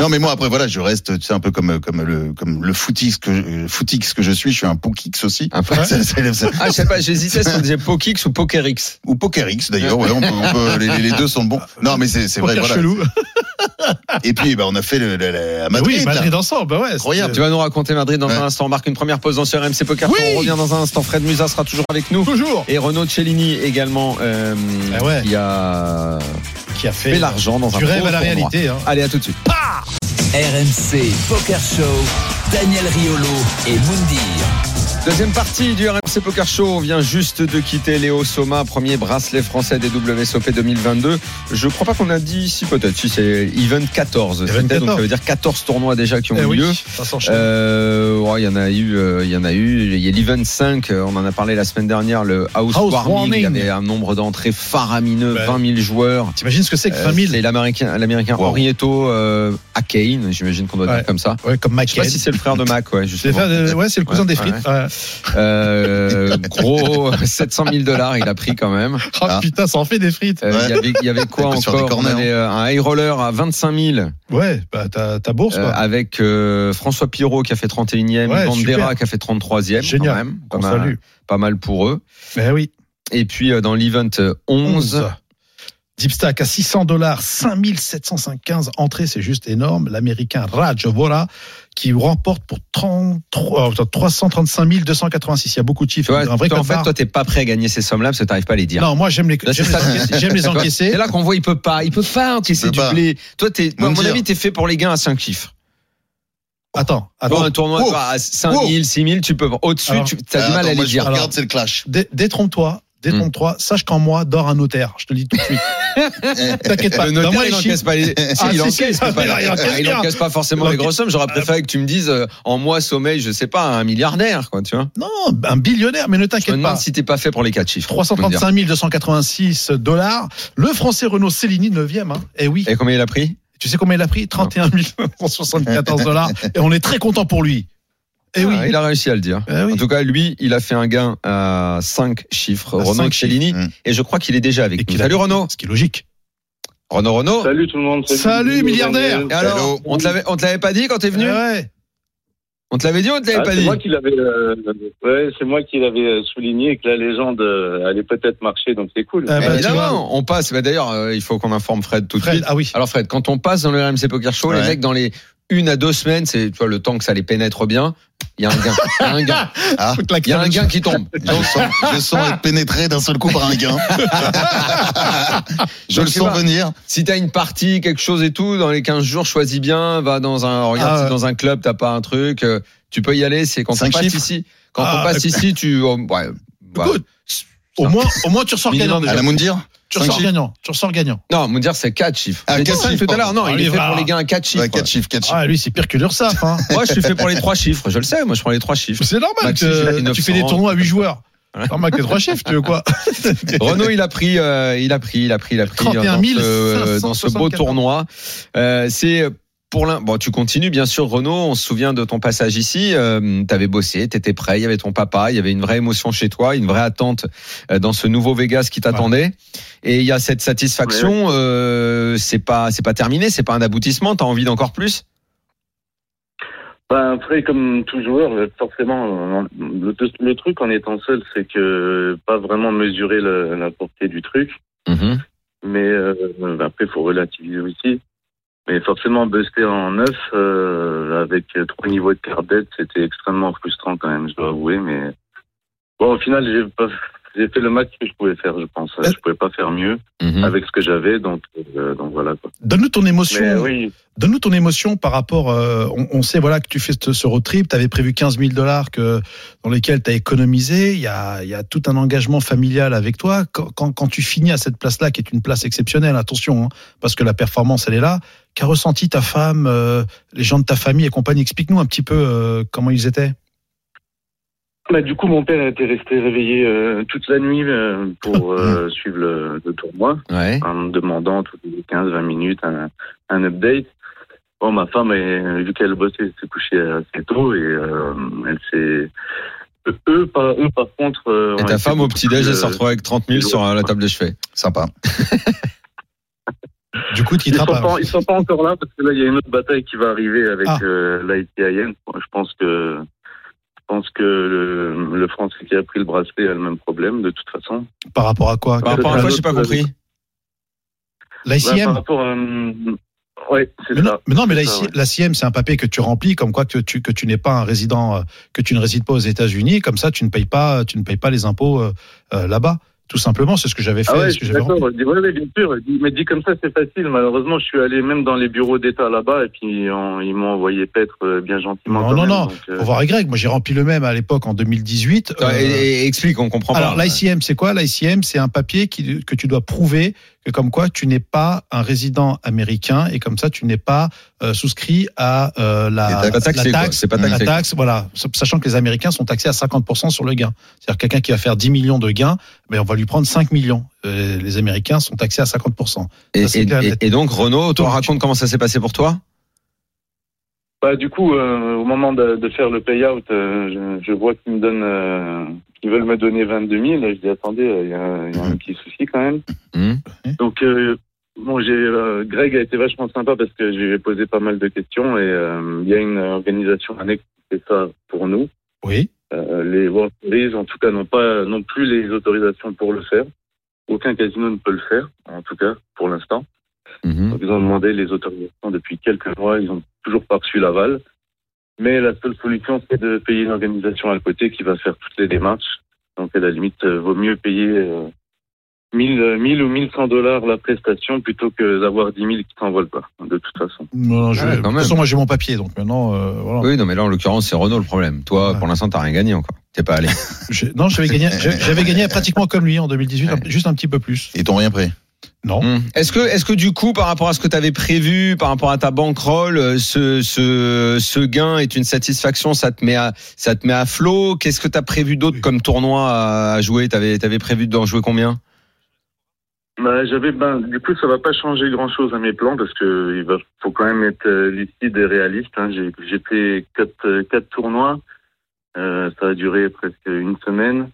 Non mais moi après voilà je reste tu sais un peu comme comme le comme le footix que je- euh, footix que je suis je suis un pookix aussi
Après-
Ça- ça- ça-
Ah, je sais pas, j'hésitais si on disait Pokix ou Pokerix.
ou pokerix d'ailleurs ouais, on peut, on peut- les, les deux sont bons non mais c'est c'est vrai
Ah, Poker
voilà
chelou.
Et puis, bah, on a fait le, le- le- à
Bah
Madrid.
oui,
là.
Madrid ensemble, bah ouais.
Incroyable.
Tu vas nous raconter Madrid dans
Ouais.
un instant. On marque une première pause dans ce RMC Poker.
Oui.
on revient dans un instant. Fred Musa sera toujours avec nous.
Toujours.
Et Renaud Cellini également, euh,
Ah ouais.
qui a
Qui a
fait
fait
l'argent dans un
du rêve
gros
à la
tournoi.
réalité. hein.
Allez, à tout de suite.
RMC Poker Show, Daniel Riolo et Moundir.
Deuxième partie du RMC Poker Show. On vient juste de quitter Léo Soma, premier bracelet français des WSOP 2022. Je crois pas qu'on a dit, si peut-être, si c'est Event 14.
Event
c'était, Donc
14.
ça veut dire 14 tournois déjà qui ont
Eh
eu
oui,
lieu.
ça s'enchaîne.
Euh, ouais, il y en a eu, euh, il y en a eu. Il y a l'Event 5, euh, on en a parlé la semaine dernière, le House,
House
Warming. Il y
Warming.
avait un nombre d'entrées faramineux,
Ouais.
20 000 joueurs.
T'imagines ce que c'est que
Euh,
20 000
c'est l'américain, l'américain
Wow.
Henrietto euh, Akane, j'imagine qu'on doit
Ouais.
dire comme ça.
Ouais, comme
Je sais
Mackay.
pas si c'est le frère de Mac, ouais,
C'est
justement.
le frère de- ouais, c'est le cousin
Ouais,
des frites. Ouais.
Euh, gros 700 000 dollars, il a pris quand même.
Oh
Ah.
putain, ça en fait des frites.
Euh, il y
Ouais.
avait- il y avait quoi
On peut se faire des
encore
corners,
On
hein.
avait euh, un high roller à 25 000
Ouais, bah ta, ta bourse,
euh,
quoi.
avec euh, François Pirot qui a fait 31e,
Ouais,
Bandera
super.
qui a fait 33e.
Génial.
Quand même, pas,
On
mal,
salue.
pas mal pour eux.
Mais oui,
Et puis euh, dans l'event euh, 11,
11. Deep Stack à 600 dollars, 5715 entrées, c'est juste énorme. L'américain Raj Vora qui remporte pour 33, euh, 335 286. Il y a beaucoup de chiffres.
tu vois,
un vrai
toi, en fait,
cafard.
toi, t'es pas prêt à gagner ces sommes-là parce que t'arrives pas à les dire.
Non, moi j'aime les,
Là, c'est
j'aime les
ça.
encaisser. j'aime les
Tu vois,
encaisser.
C'est là qu'on voit, il peut pas, il peut pas encaisser
Il peut
du
pas.
blé. Toi, t'es, toi, à mon
Moundir.
avis, t'es fait pour les gains à 5 chiffres.
Attends,
Dans
attends.
un tournoi
Oh.
toi, à 5 000, 6 000, tu peux, au-dessus,
Alors.
tu, t'as du
Ah,
mal
attends,
à
moi,
les
je
dire.
Regarde, c'est le clash.
Dé- Détrompe-toi, détrompe-toi. Sache qu'en moi dort un notaire. Je te le dis tout de suite.
Eh,
T'inquiète pas.
Le
Bah, Dans
notaire,
moi, les
il
chiffres-
encaisse pas les. Si,
Ah,
il
si, si,
encaisse, mais pas
il
les-
encaisse
Ah, il
bien.
encaisse pas forcément
Il
les
encaisse-
grosses sommes. J'aurais préféré que tu me dises euh, en mois sommeil, je sais pas, un milliardaire, quoi, tu vois.
Non, oh, un billionnaire, mais ne
Je me
t'inquiète pas.
demande si t'es pas fait pour les quatre chiffres. faut me
335 286 dollars. Le français Renaud Cellini, 9e. Hein. Eh oui.
dire. Et combien il a pris
Tu sais combien il a pris 31 974 dollars. Et on est très content pour lui. Eh oui.
Ah, Il a réussi à le dire.
Eh oui.
En tout cas, lui, il a fait un gain à 5 chiffres.
À
Renaud
cinq
Cellini.
chiffres.
Et je crois qu'il est déjà
Et
avec nous.
qu'il a-
Salut Renaud.
Ce qui est logique.
Renaud, Renaud.
Salut tout le monde.
Salut,
Daniel,
milliardaire.
Daniel.
Et alors,
Hello.
on te l'avait, on te l'avait pas dit quand t'es venu
Eh ouais.
On te l'avait dit ou on te l'avait
Ah,
pas
c'est
dit
moi qui l'avais. euh, ouais, c'est moi qui l'avais euh, souligné et que la légende euh, allait peut-être marcher, donc c'est cool.
Ah, bah, tu vois.
Évidemment, on passe. Bah, D'ailleurs, euh, il faut qu'on informe Fred tout de
Fred,
suite.
ah oui.
Alors Fred, quand on passe dans le RMC Poker Show, les
Ouais.
mecs dans les une à deux semaines, c'est tu vois, le temps que ça les pénètre bien, il y a un gain, il y a un gain,
Ah,
bah. il y a un gain qui tombe.
je sens, je sens être pénétré d'un seul coup par un gain. je
Donc,
le
tu
sens
vois.
venir.
Si t'as une partie, quelque chose et tout, dans les 15 jours, choisis bien, va dans un, regarde
Ah,
si
ouais.
dans un club t'as pas un truc, euh, tu peux y aller. C'est quand on
Cinq
passe
chiffres
ici, quand on
Ah,
passe ici, tu, oh, ouais, bah,
Good. Au moins, au moins, tu ressors gagnant.
Minimum
À
Déjà.
la Moundir
Tu ressors
Cinq
gagnant. Tu ressors gagnant.
non, me dire c'est 4 chiffres.
Ah,
J'ai dit
quatre
cinq
chiffres,
tout à l'heure. Non,
pardon.
il est fait
Ah, oui,
pour
voilà.
les gains à 4 chiffres.
Ouais, 4 chiffres, 4 chiffres.
Ah, lui, c'est pire que l'URSAF. Hein.
Moi, je suis fait pour les 3 chiffres. Je le sais, moi, je prends les 3 chiffres.
C'est normal
Maxi, il a fait
que tu fais des
900.
tournois à 8 joueurs. Normal que t'es trois chefs, tu veux quoi
Renaud, il a pris, euh, il a pris, il a pris, il a pris hein,
31
dans, ce, euh, dans ce beau
574.
tournoi. Euh, c'est pour l'un. Bon, tu continues bien sûr, Renaud. On se souvient de ton passage ici. Euh, T'avais bossé, t'étais prêt. Il y avait ton papa. Il y avait une vraie émotion chez toi, une vraie attente euh, dans ce nouveau Vegas qui t'attendait. Et il y a cette satisfaction. euh, c'est pas, c'est pas terminé. C'est pas un aboutissement. T'as envie d'encore plus.
Bah, après, comme tout joueur, euh, forcément, euh, le, le truc en étant seul, c'est que euh, pas vraiment mesurer le- la portée du truc. Mais euh, bah, après, il faut relativiser aussi. Mais forcément, buster en neuf euh, avec euh, trois niveaux de carte dette, c'était extrêmement frustrant quand même, je dois avouer. Mais bon, au final, j'ai pas- j'ai fait le max que je pouvais faire, je pense. Je pouvais pas faire mieux
euh.
Mhm.
avec ce que j'avais, donc, euh, donc voilà. Quoi.
Donne-nous ton émotion.
Mais oui,
Donne-nous ton émotion par rapport. euh, on, on sait voilà que tu fais ce, ce road trip. Tu avais prévu 15 000 dollars que dans lesquels tu as économisé. Il y a, il y a tout un engagement familial avec toi. Quand, quand, quand tu finis à cette place-là, qui est une place exceptionnelle, attention, hein, parce que la performance elle est là. Qu'a ressenti ta femme, euh, les gens de ta famille et compagnie Explique-nous un petit peu euh, comment ils étaient.
Bah, du coup, mon père était resté réveillé euh, toute la nuit euh, pour euh, suivre le, le tournoi,
Ouais.
en me demandant toutes les 15-20 minutes un, un update. Bon, ma femme, elle- vu qu'elle bossait, elle s'est couchée assez tôt et euh, elle s'est. Eux, eux, par, eux, par contre. euh,
Et
ont
ta
été
femme au
beaucoup
petit déj,
plus,
elle s'est
euh,
retrouvée avec 30 000 sur euh, la table de chevet.
Sympa.
Du coup, tu
Ils sont,
pas.
hein.
pas, ils sont pas encore là parce que là il y a une autre bataille qui va arriver avec
Ah.
euh, l'ITIM. Je pense que je pense que le, le Français qui a pris le bracelet a le même problème de toute façon.
Par rapport à quoi
Par rapport à quoi, j'ai pas compris.
Bah,
L'ICM
par rapport à, euh, Ouais, c'est
Mais
ça.
non, mais non, mais la,
C'est ça,
ICI
ouais.
la CIM, c'est un papier que tu remplis, comme quoi que tu, que tu n'es pas un résident, euh, que tu ne résides pas aux États-Unis, comme ça, tu ne payes pas, tu ne payes pas les impôts euh, euh, là-bas. Tout simplement, c'est ce que j'avais fait.
Ah ouais,
ce
je
que
suis
j'avais
d'accord.
rempli.
Dis- ouais, ouais, bien sûr. Dis- Mais dit comme ça, c'est facile. Malheureusement, je suis allé même dans les bureaux d'État là-bas et puis on- ils m'ont envoyé paître euh, bien gentiment.
Non,
quand
non,
même.
non.
Donc, euh,
Pour voir Y, moi, j'ai rempli le même à l'époque en 2018.
Attends,
Euh,
Ah, et- et- explique, on comprend
alors,
pas.
l'ICM, c'est quoi L'ICM, c'est un papier qui- que tu dois prouver que, comme quoi, tu n'es pas un résident américain et comme ça, tu n'es pas euh, souscrit à euh, la,
T'es pas taxé, quoi. C'est pas
la
taxé.
taxe, voilà. Sachant que les Américains sont taxés à 50% sur le gain. C'est-à-dire quelqu'un qui va faire 10 millions de gains, ben on va lui prendre 5 millions. Euh, les Américains sont taxés à 50%.
Et,
Ça, c'est
et-
clair,
et-
net.
et donc, Renaud, toi,
Donc,
raconte comment ça s'est passé pour toi
Bah, du coup, euh, au moment de, de faire le payout, euh, je, je vois qu'ils me donnent, euh, qu'ils veulent me donner 22 000. Je dis attendez, euh, il y, a un- il y a un
Mmh.
petit souci quand même.
Mhm.
Donc euh, bon, j'ai euh, Greg a été vachement sympa parce que je lui ai posé pas mal de questions et euh, il y a une organisation annexe qui fait ça pour nous.
Oui.
Euh, les World Series, en tout cas, n'ont pas non plus les autorisations pour le faire. Aucun casino ne peut le faire, en tout cas pour l'instant.
Mhm.
Donc, ils ont demandé les autorisations depuis quelques mois, ils ont toujours pas reçu l'aval. Mais la seule solution, c'est de payer une organisation à côté qui va faire toutes les démarches. Donc à la limite, euh, vaut mieux payer euh, 1000, euh, 1000 ou 1100 dollars la prestation plutôt que d'avoir 10 000 qui s'envolent pas, de toute façon.
Non, non, je-
Ah, quand
de toute
même.
façon, moi, j'ai mon papier, donc maintenant, euh, voilà.
Oui, non, mais là, en l'occurrence, c'est Renault le problème. Toi,
Ouais.
pour l'instant, t'as rien gagné encore. T'es pas allé.
J'ai- Non, j'avais gagné, j'avais j'avais gagné pratiquement comme lui en 2018, un- juste un petit peu plus.
Ils t'ont rien pris.
Non.
Hmm. Est-ce que, est-ce que du coup, par rapport à ce que t'avais prévu, par rapport à ta bankroll, euh, ce, ce, ce gain est une satisfaction Ça te met à, ça te met à flot Qu'est-ce que t'as prévu d'autre comme tournoi à, à jouer T'avais, t'avais prévu d'en jouer combien
Bah, j'avais, ben, du coup, ça va pas changer grand chose à mes plans parce que il va, faut quand même être euh, lucide et réaliste. Hein. J'ai, j'ai fait quatre, euh, quatre tournois. Euh, ça a duré presque une semaine.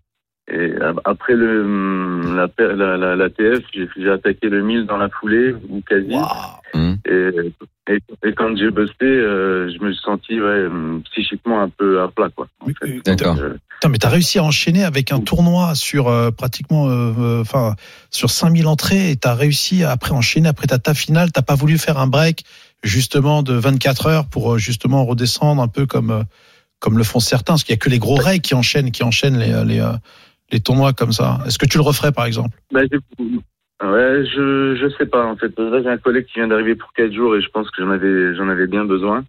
Et a- après le, hum, la, per- la, la, la TF, j'ai, j'ai attaqué le 1000 dans la foulée ou quasi.
Hum.
Et, et, et quand j'ai busté, euh, je me suis senti ouais, hum, psychiquement un peu à plat, quoi. en
Mais-
fait.
D'accord.
Euh,
Putain, mais t'as réussi à enchaîner avec un tournoi sur euh, pratiquement, euh, euh, enfin, sur 5000 entrées et t'as réussi à après enchaîner après ta ta finale. T'as pas voulu faire un break justement de 24 heures pour euh, justement redescendre un peu comme euh, comme le font certains, parce qu'il y a que les gros rays qui enchaînent, qui enchaînent les euh, les, euh, les tournois comme ça. Est-ce que tu le referais par exemple
Bah, j'ai- Ah ouais, je je sais pas en fait. Là j'ai un collègue qui vient d'arriver pour quatre jours et je pense que j'en avais j'en avais bien besoin.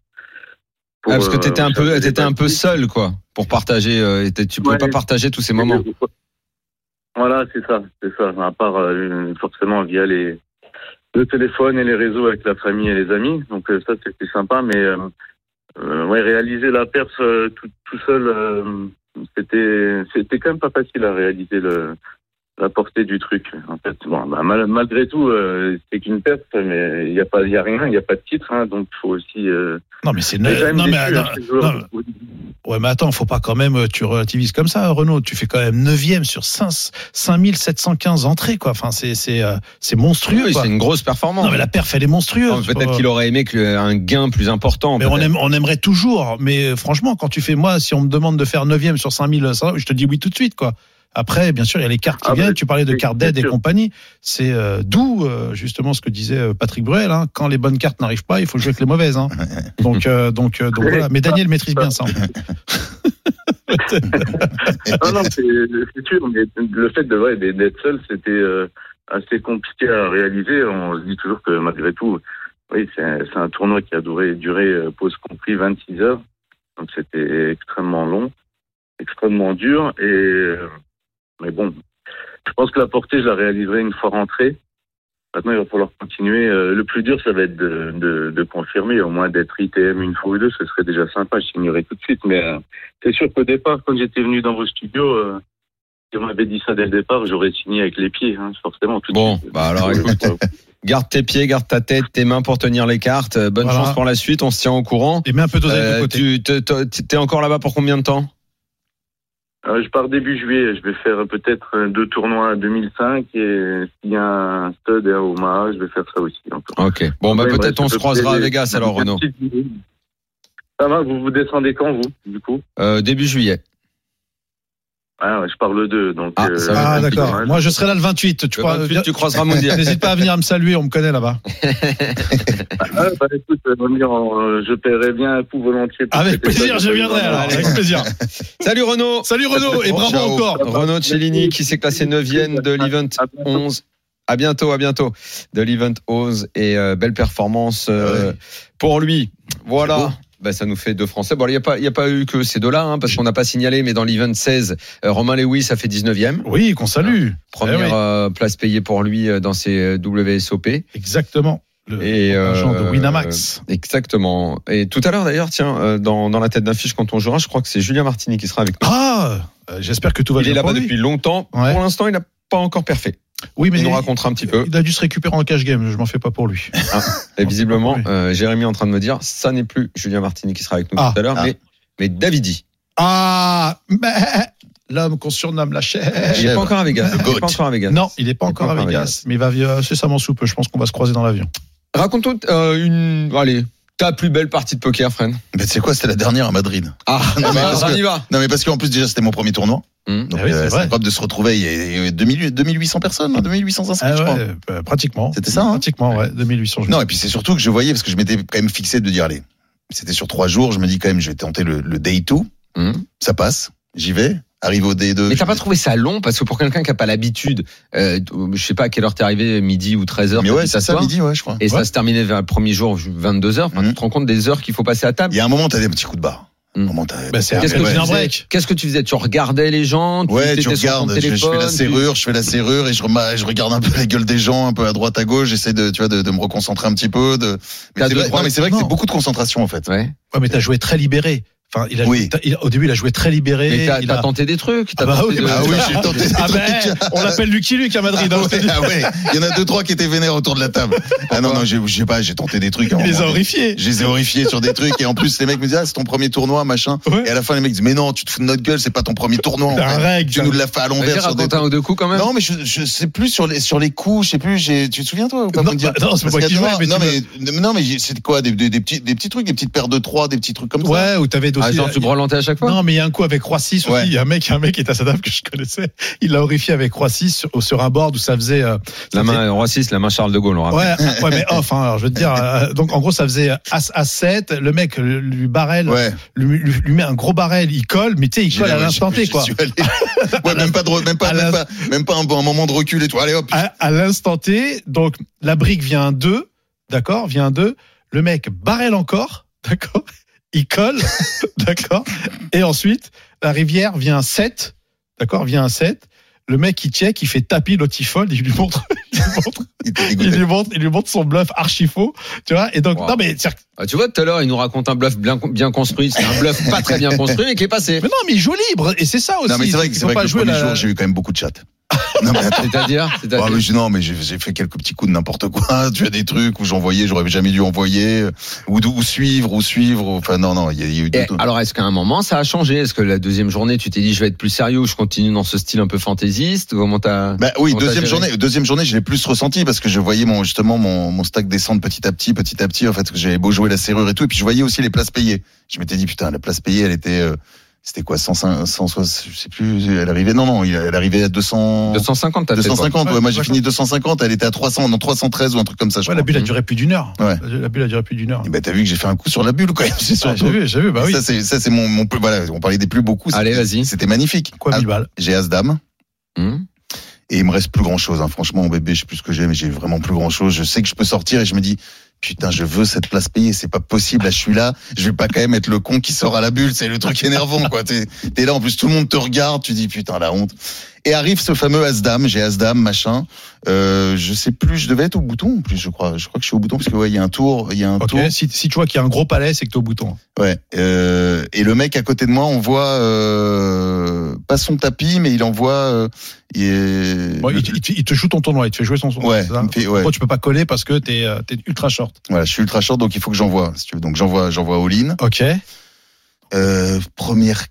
Ah, parce que
Pour,
t'étais
euh,
un peu,
chercher
t'étais un
des
peu
pastilles.
seul, quoi, pour partager. euh, et t'es- tu pouvais
Ouais.
pas partager tous ces moments.
Voilà, c'est ça, c'est ça. À part euh, forcément via les le téléphone et les réseaux avec la famille et les amis. Donc euh, ça c'était sympa, mais euh, euh, ouais, réaliser la perf euh, tout, tout seul, euh, c'était c'était quand même pas facile à réaliser le la portée du truc. En fait, bon, bah, mal- malgré tout, euh, c'est qu'une perf, mais il y a pas, il y a rien, il y a pas de titre, hein, donc faut aussi. euh,
Non, mais c'est
mais quand même
non, mais,
déçu,
non,
hein, ces joueurs.
non, Ouais, mais attends, faut pas quand même, euh, tu relativises comme ça, Renaud. Tu fais quand même 9 sur 5, 5715 entrées, quoi. Enfin, c'est, c'est, euh, c'est monstrueux,
Oui,
quoi.
c'est une grosse performance.
Non, mais la perf, elle est monstrueuse.
Non, mais Peut-être
Faut-
qu'il aurait aimé que, euh, un gain plus important.
Mais on,
peut-être.
aime, on aimerait toujours. Mais euh, franchement, quand tu fais, moi, si on me demande de faire 9 sur 5000, ça, je te dis oui tout de suite, quoi. Après, bien sûr, il y a les cartes qui
Ah,
viennent.
bah,
tu parlais de
oui,
cartes
bien
d'aide et
sûr.
compagnie. C'est euh, d'où, euh, justement, ce que disait euh, Patrick Bruel. hein. Quand les bonnes cartes n'arrivent pas, il faut jouer avec les mauvaises. Hein. Donc, euh, donc, euh, donc voilà. Mais Daniel maîtrise bien ça. en fait.
Non, non, c'est c'est sûr, mais le fait de ouais, d'être seul, c'était euh, assez compliqué à réaliser. On se dit toujours que malgré tout, oui, c'est un, c'est un tournoi qui a duré, duré euh, pause compris, 26 heures. Donc c'était extrêmement long, extrêmement dur. Et euh, mais bon, je pense que la portée, je la réaliserai une fois rentré. Maintenant, il va falloir continuer. Euh, Le plus dur, ça va être de, de, de confirmer, au moins d'être ITM une fois ou deux, ce serait déjà sympa. Je signerais tout de suite, mais euh, c'est sûr qu'au départ, quand j'étais venu dans vos studios, euh, si on m'avait dit ça dès le départ, j'aurais signé avec les pieds, hein, forcément. Tout de
Bon,
suite.
bah alors, écoute. Garde tes pieds, garde ta tête, tes mains pour tenir les cartes. Euh, Bonne
Voilà.
chance pour la suite. On se tient au courant.
Et mets un peu d'oseille de
Euh,
côté.
tu te- te- t'es encore là-bas pour combien de temps
Euh, je pars début juillet. Je vais faire peut-être euh, deux tournois à 2005 et s'il y a un stud à Omaha, je vais faire ça aussi. encore.
Ok. Bon, bah
Ouais,
peut-être
bah,
on
je
se
peux
croisera à
poser
Vegas
des-
alors,
des
Renaud.
petites idées. Ça va, vous vous descendez quand, vous, du coup
Euh, début juillet.
Ah, ouais, je parle d'eux, donc.
Ah,
euh,
ça va.
Ah,
c'est
d'accord.
dommage.
Moi, je serai là le 28. Tu,
Le
crois- euh,
28, tu croiseras Moundir.
N'hésite pas à venir me saluer, on me connaît là-bas.
Ah, bah, écoute, euh, Amir, euh, je paierai bien un coup volontiers. pour
Avec
cet épisode. Ah,
plaisir, je viendrai alors.
Allez.
Avec plaisir.
Salut Renaud
Salut Renaud et bravo
Ciao.
bah,
encore.
Renaud Cellini qui s'est classé 9e de l'event
À bientôt.
11. À bientôt, à bientôt. De l'event 11 et euh, belle performance euh, pour lui.
C'est beau.
Voilà. Ben, ça nous fait deux Français. Bon, il n'y a, pas- il y a pas eu que ces deux-là, hein, parce qu'on n'a pas signalé, mais dans l'event 16, euh, Romain Lewis a fait 19e.
Oui, qu'on salue.
Première
Eh oui.
euh, place payée pour lui euh, dans ses euh, WSOP.
Exactement. Le
Et,
agent de
euh,
Winamax.
Exactement. Et tout à l'heure, d'ailleurs, tiens, euh, dans, dans la tête d'un fiche, quand on jouera, je crois que c'est Julien Martini qui sera avec nous.
Ah, euh, j'espère que tout va
il
bien.
est
pour
là-bas
lui.
depuis longtemps.
Ouais.
Pour l'instant, il n'a pas encore parfait.
Oui, mais
Il nous
il-
racontera un petit peu.
Il a dû se récupérer en cash game. Je m'en fais pas pour lui.
Hein, Et visiblement,
Oui.
euh, Jérémy est en train de me dire, ça n'est plus Julien Martini qui sera avec nous
Ah.
tout à l'heure,
Ah.
mais, mais Davidi.
Ah,
euh,
mais l'homme qu'on surnomme la chèvre.
Il n'est pas encore à Vegas.
Le
Il est
goat.
pas encore à Vegas.
Non, il n'est pas
Il est
encore à Vegas, mais il va vivre incessamment sous peu. Je pense qu'on va se croiser dans l'avion.
Raconte-nous euh, une, allez, ta plus belle partie de poker, Fred.
Mais tu sais quoi, c'était la dernière à Madrid.
Ah,
Non, mais parce
on
que-
y va.
Non, mais parce qu'en plus, déjà, c'était mon premier tournoi.
Hum.
Donc,
Ah oui, c'est
euh, c'est
vrai.
incroyable de se retrouver. Il y a- il y a 2000 2800 personnes, hein, 2800 inscrits, je
Ah
crois.
ouais, bah, pratiquement.
C'était ça, hein
Pratiquement, ouais. 2800. je-
Non, et puis c'est surtout que je voyais, parce que je m'étais quand même fixé de dire, allez, c'était sur trois jours, je me dis quand même, je vais tenter le, le day 2.
Hum.
Ça passe, j'y vais, arrive au day 2.
Mais t'as pas trouvé ça long parce que pour quelqu'un qui n'a pas l'habitude, euh, je sais pas à quelle heure t'es arrivé, midi ou 13h.
Mais ouais, c'est ça, midi, ouais, je crois.
Et
Ouais.
ça se terminait vers le premier jour, 22h. Enfin,
Mhm.
Tu te rends compte des heures qu'il faut passer à table
Il y a un moment, t'as des petits coups de barre.
Hum.
Un moment, t'as-
Bah, c'est
Qu'est-ce
un
que
ouais.
tu
un
faisais
break.
Qu'est-ce que tu faisais Tu regardais les gens
Ouais,
étais
tu
sur ton
regardes, je, je fais
téléphone,
la
tu-
serrure, je fais la serrure et je, remar- je regarde un peu la gueule des gens, un peu à droite, à gauche, j'essaie de, tu vois, de, de me reconcentrer un petit peu. De...
T'as
Mais c'est
deux,
vrai,
trois-
non, mais c'est vrai que c'est
non.
beaucoup de concentration en fait.
Ouais.
Ouais, mais t'as joué très libéré. Enfin, il a
Oui.
joué- t'as- il- au début, il a joué très libéré.
Mais t'as
il
t'as
a-
tenté des trucs. t'as
Ah bah
tenté
oui,
de-
bah
Ah oui, j'ai tenté des
Ah ben,
trucs.
on l'appelle Lucky Luke à Madrid. hein,
Ah
je te
ouais,
dis.
ah ouais. Il y en a deux, trois qui étaient vénères autour de la table. Ah non, non, j'ai- je sais pas, j'ai tenté des trucs. à un
Il les a
moment.
horrifiés.
Je les ai horrifiés sur des trucs et en plus les mecs me disent ah c'est ton premier tournoi machin
Ouais.
et à la fin les mecs disent mais non tu te fous de notre gueule c'est pas ton premier tournoi en
T'as un
fait.
règle.
tu nous l'as fait à
Vas-y,
l'envers sur des
raconte un ou deux coups quand même.
non mais je, je sais plus sur les sur les coups je sais plus j'ai tu te souviens toi ou pas
Non,
Moundir
bah, non, c'est
Parce
moi
qu'à
qui
toi,
jouais, mais
non
tu
mais non mais j'ai- c'est quoi des, des, des petits des petits trucs des petites paires de trois des petits trucs comme ça
Ouais, ou t'avais aussi. euh,
Ah, genre, tu brelantais à chaque fois
Non, mais il y a un coup avec Roi 6 aussi.
Ouais.
Il y a un mec, il y a un mec qui est à sa table que je connaissais. Il l'a horrifié avec Roi 6 sur, sur un board où ça faisait. euh,
La
ça
main, Roi 6, la main Charles de Gaulle, on
faisait-
rappelle.
Ouais, ah, ouais, mais off. Hein, alors, je veux te dire. euh, donc, en gros, ça faisait As à 7 Le mec euh, lui barrel,
ouais
lui, lui- lui met un gros barrel. Il colle, mais tu sais, il
J'ai-
colle à
ouais,
l'instant
j'y-
T,
j'y
quoi.
suis allé. ouais même pas de re- même pas
À
même
la-
pas même pas un, un moment de recul et tout allez hop
à, à l'instant T, donc la brique vient un 2, d'accord, vient un 2, le mec barrel encore, d'accord, il colle, d'accord, et ensuite la rivière vient un 7, d'accord, vient un 7, le mec il check, il fait tapis l'otifold, il lui montre, il lui montre,
il était
il
dégoûté
lui montre, il lui montre son bluff archi faux, tu vois, et donc,
Wow.
non mais, c'est-à-dire que-
Ah, tu vois, tout à l'heure, il nous raconte un bluff bien, bien construit. C'est un bluff pas très bien construit, mais qui est passé.
mais non, mais il joue libre, et c'est ça aussi,
non mais c'est vrai
ils
que c'est
ont
vrai
pas
que le
joué
premier
la-
jour j'ai eu quand même beaucoup de chats non mais attends.
C'est-à-dire c'est-à-dire-
Ah, mais je- non, mais j'ai j'ai fait quelques petits coups de n'importe quoi. Tu as des trucs où j'envoyais, j'aurais jamais dû envoyer, euh, ou, ou suivre, ou suivre. Enfin, non, non, il y, a- il y a eu de
Eh,
tout.
alors, est-ce qu'à un moment, ça a changé Est-ce que la deuxième journée, tu t'es dit, je vais être plus sérieux ou je continue dans ce style un peu fantaisiste Comment t'as.
Bah oui,
Comment t'as
deuxième
géré
journée, deuxième journée, je l'ai plus ressenti parce que je voyais mon justement mon, mon stack descendre petit à petit, petit à petit. En fait, que j'avais beau jouer la serrure et tout, et puis je voyais aussi les places payées. Je m'étais dit putain, la place payée, elle était, euh, c'était quoi, 105, 160, je sais plus, elle arrivait, non non, il- elle arrivait à 200,
250, t'as fait. toi.
250.
Ouais,
Ouais, moi j'ai fini 250, elle était à 300, non 313 ou un truc comme ça. Je
Ouais, la
crois.
bulle a duré plus d'une heure,
Ouais.
la bulle a duré plus d'une heure.
Et bah t'as vu que j'ai fait un coup sur la bulle quand même, c'est
Ouais,
surtout.
j'ai vu, j'ai vu, bah oui,
Ça c'est ça c'est mon, mon plus- voilà, on parlait des plus beaux coups.
Allez,
c'était-
vas-y.
C'était magnifique.
quoi,
Ah,
1000 balles.
j'ai as dame
Hum
et il me reste plus grand chose hein. Franchement mon bébé, je sais plus ce que j'ai mais j'ai vraiment plus grand chose. Je sais que je peux sortir et je me dis putain, je veux cette place payée, c'est pas possible, là je suis là, je vais pas quand même être le con qui sort à la bulle, c'est le truc énervant quoi. T'es es là en plus tout le monde te regarde, tu dis putain la honte. Et arrive ce fameux as dame, j'ai as dame machin. Euh, je sais plus, je devais être au bouton en plus, je crois. Je crois que je suis au bouton parce que ouais, il y a un tour, il y a un
Ok,
tour.
si, si tu vois qu'il y a un gros palais, c'est que t'es au bouton. hein.
Ouais. euh, et le mec à côté de moi, on voit euh, pas son tapis, mais il envoie. Euh, il est-
Bon, il, te- il te- il te joue ton tournoi, il te fait jouer son tournoi.
ouais.
c'est ça
il me fait- ouais.
Pourquoi tu peux pas coller parce que t'es euh, t'es ultra short.
Voilà. Je suis ultra short, donc il faut que j'envoie. Si tu veux. Donc j'envoie, j'envoie all-in.
Ok.
Euh, première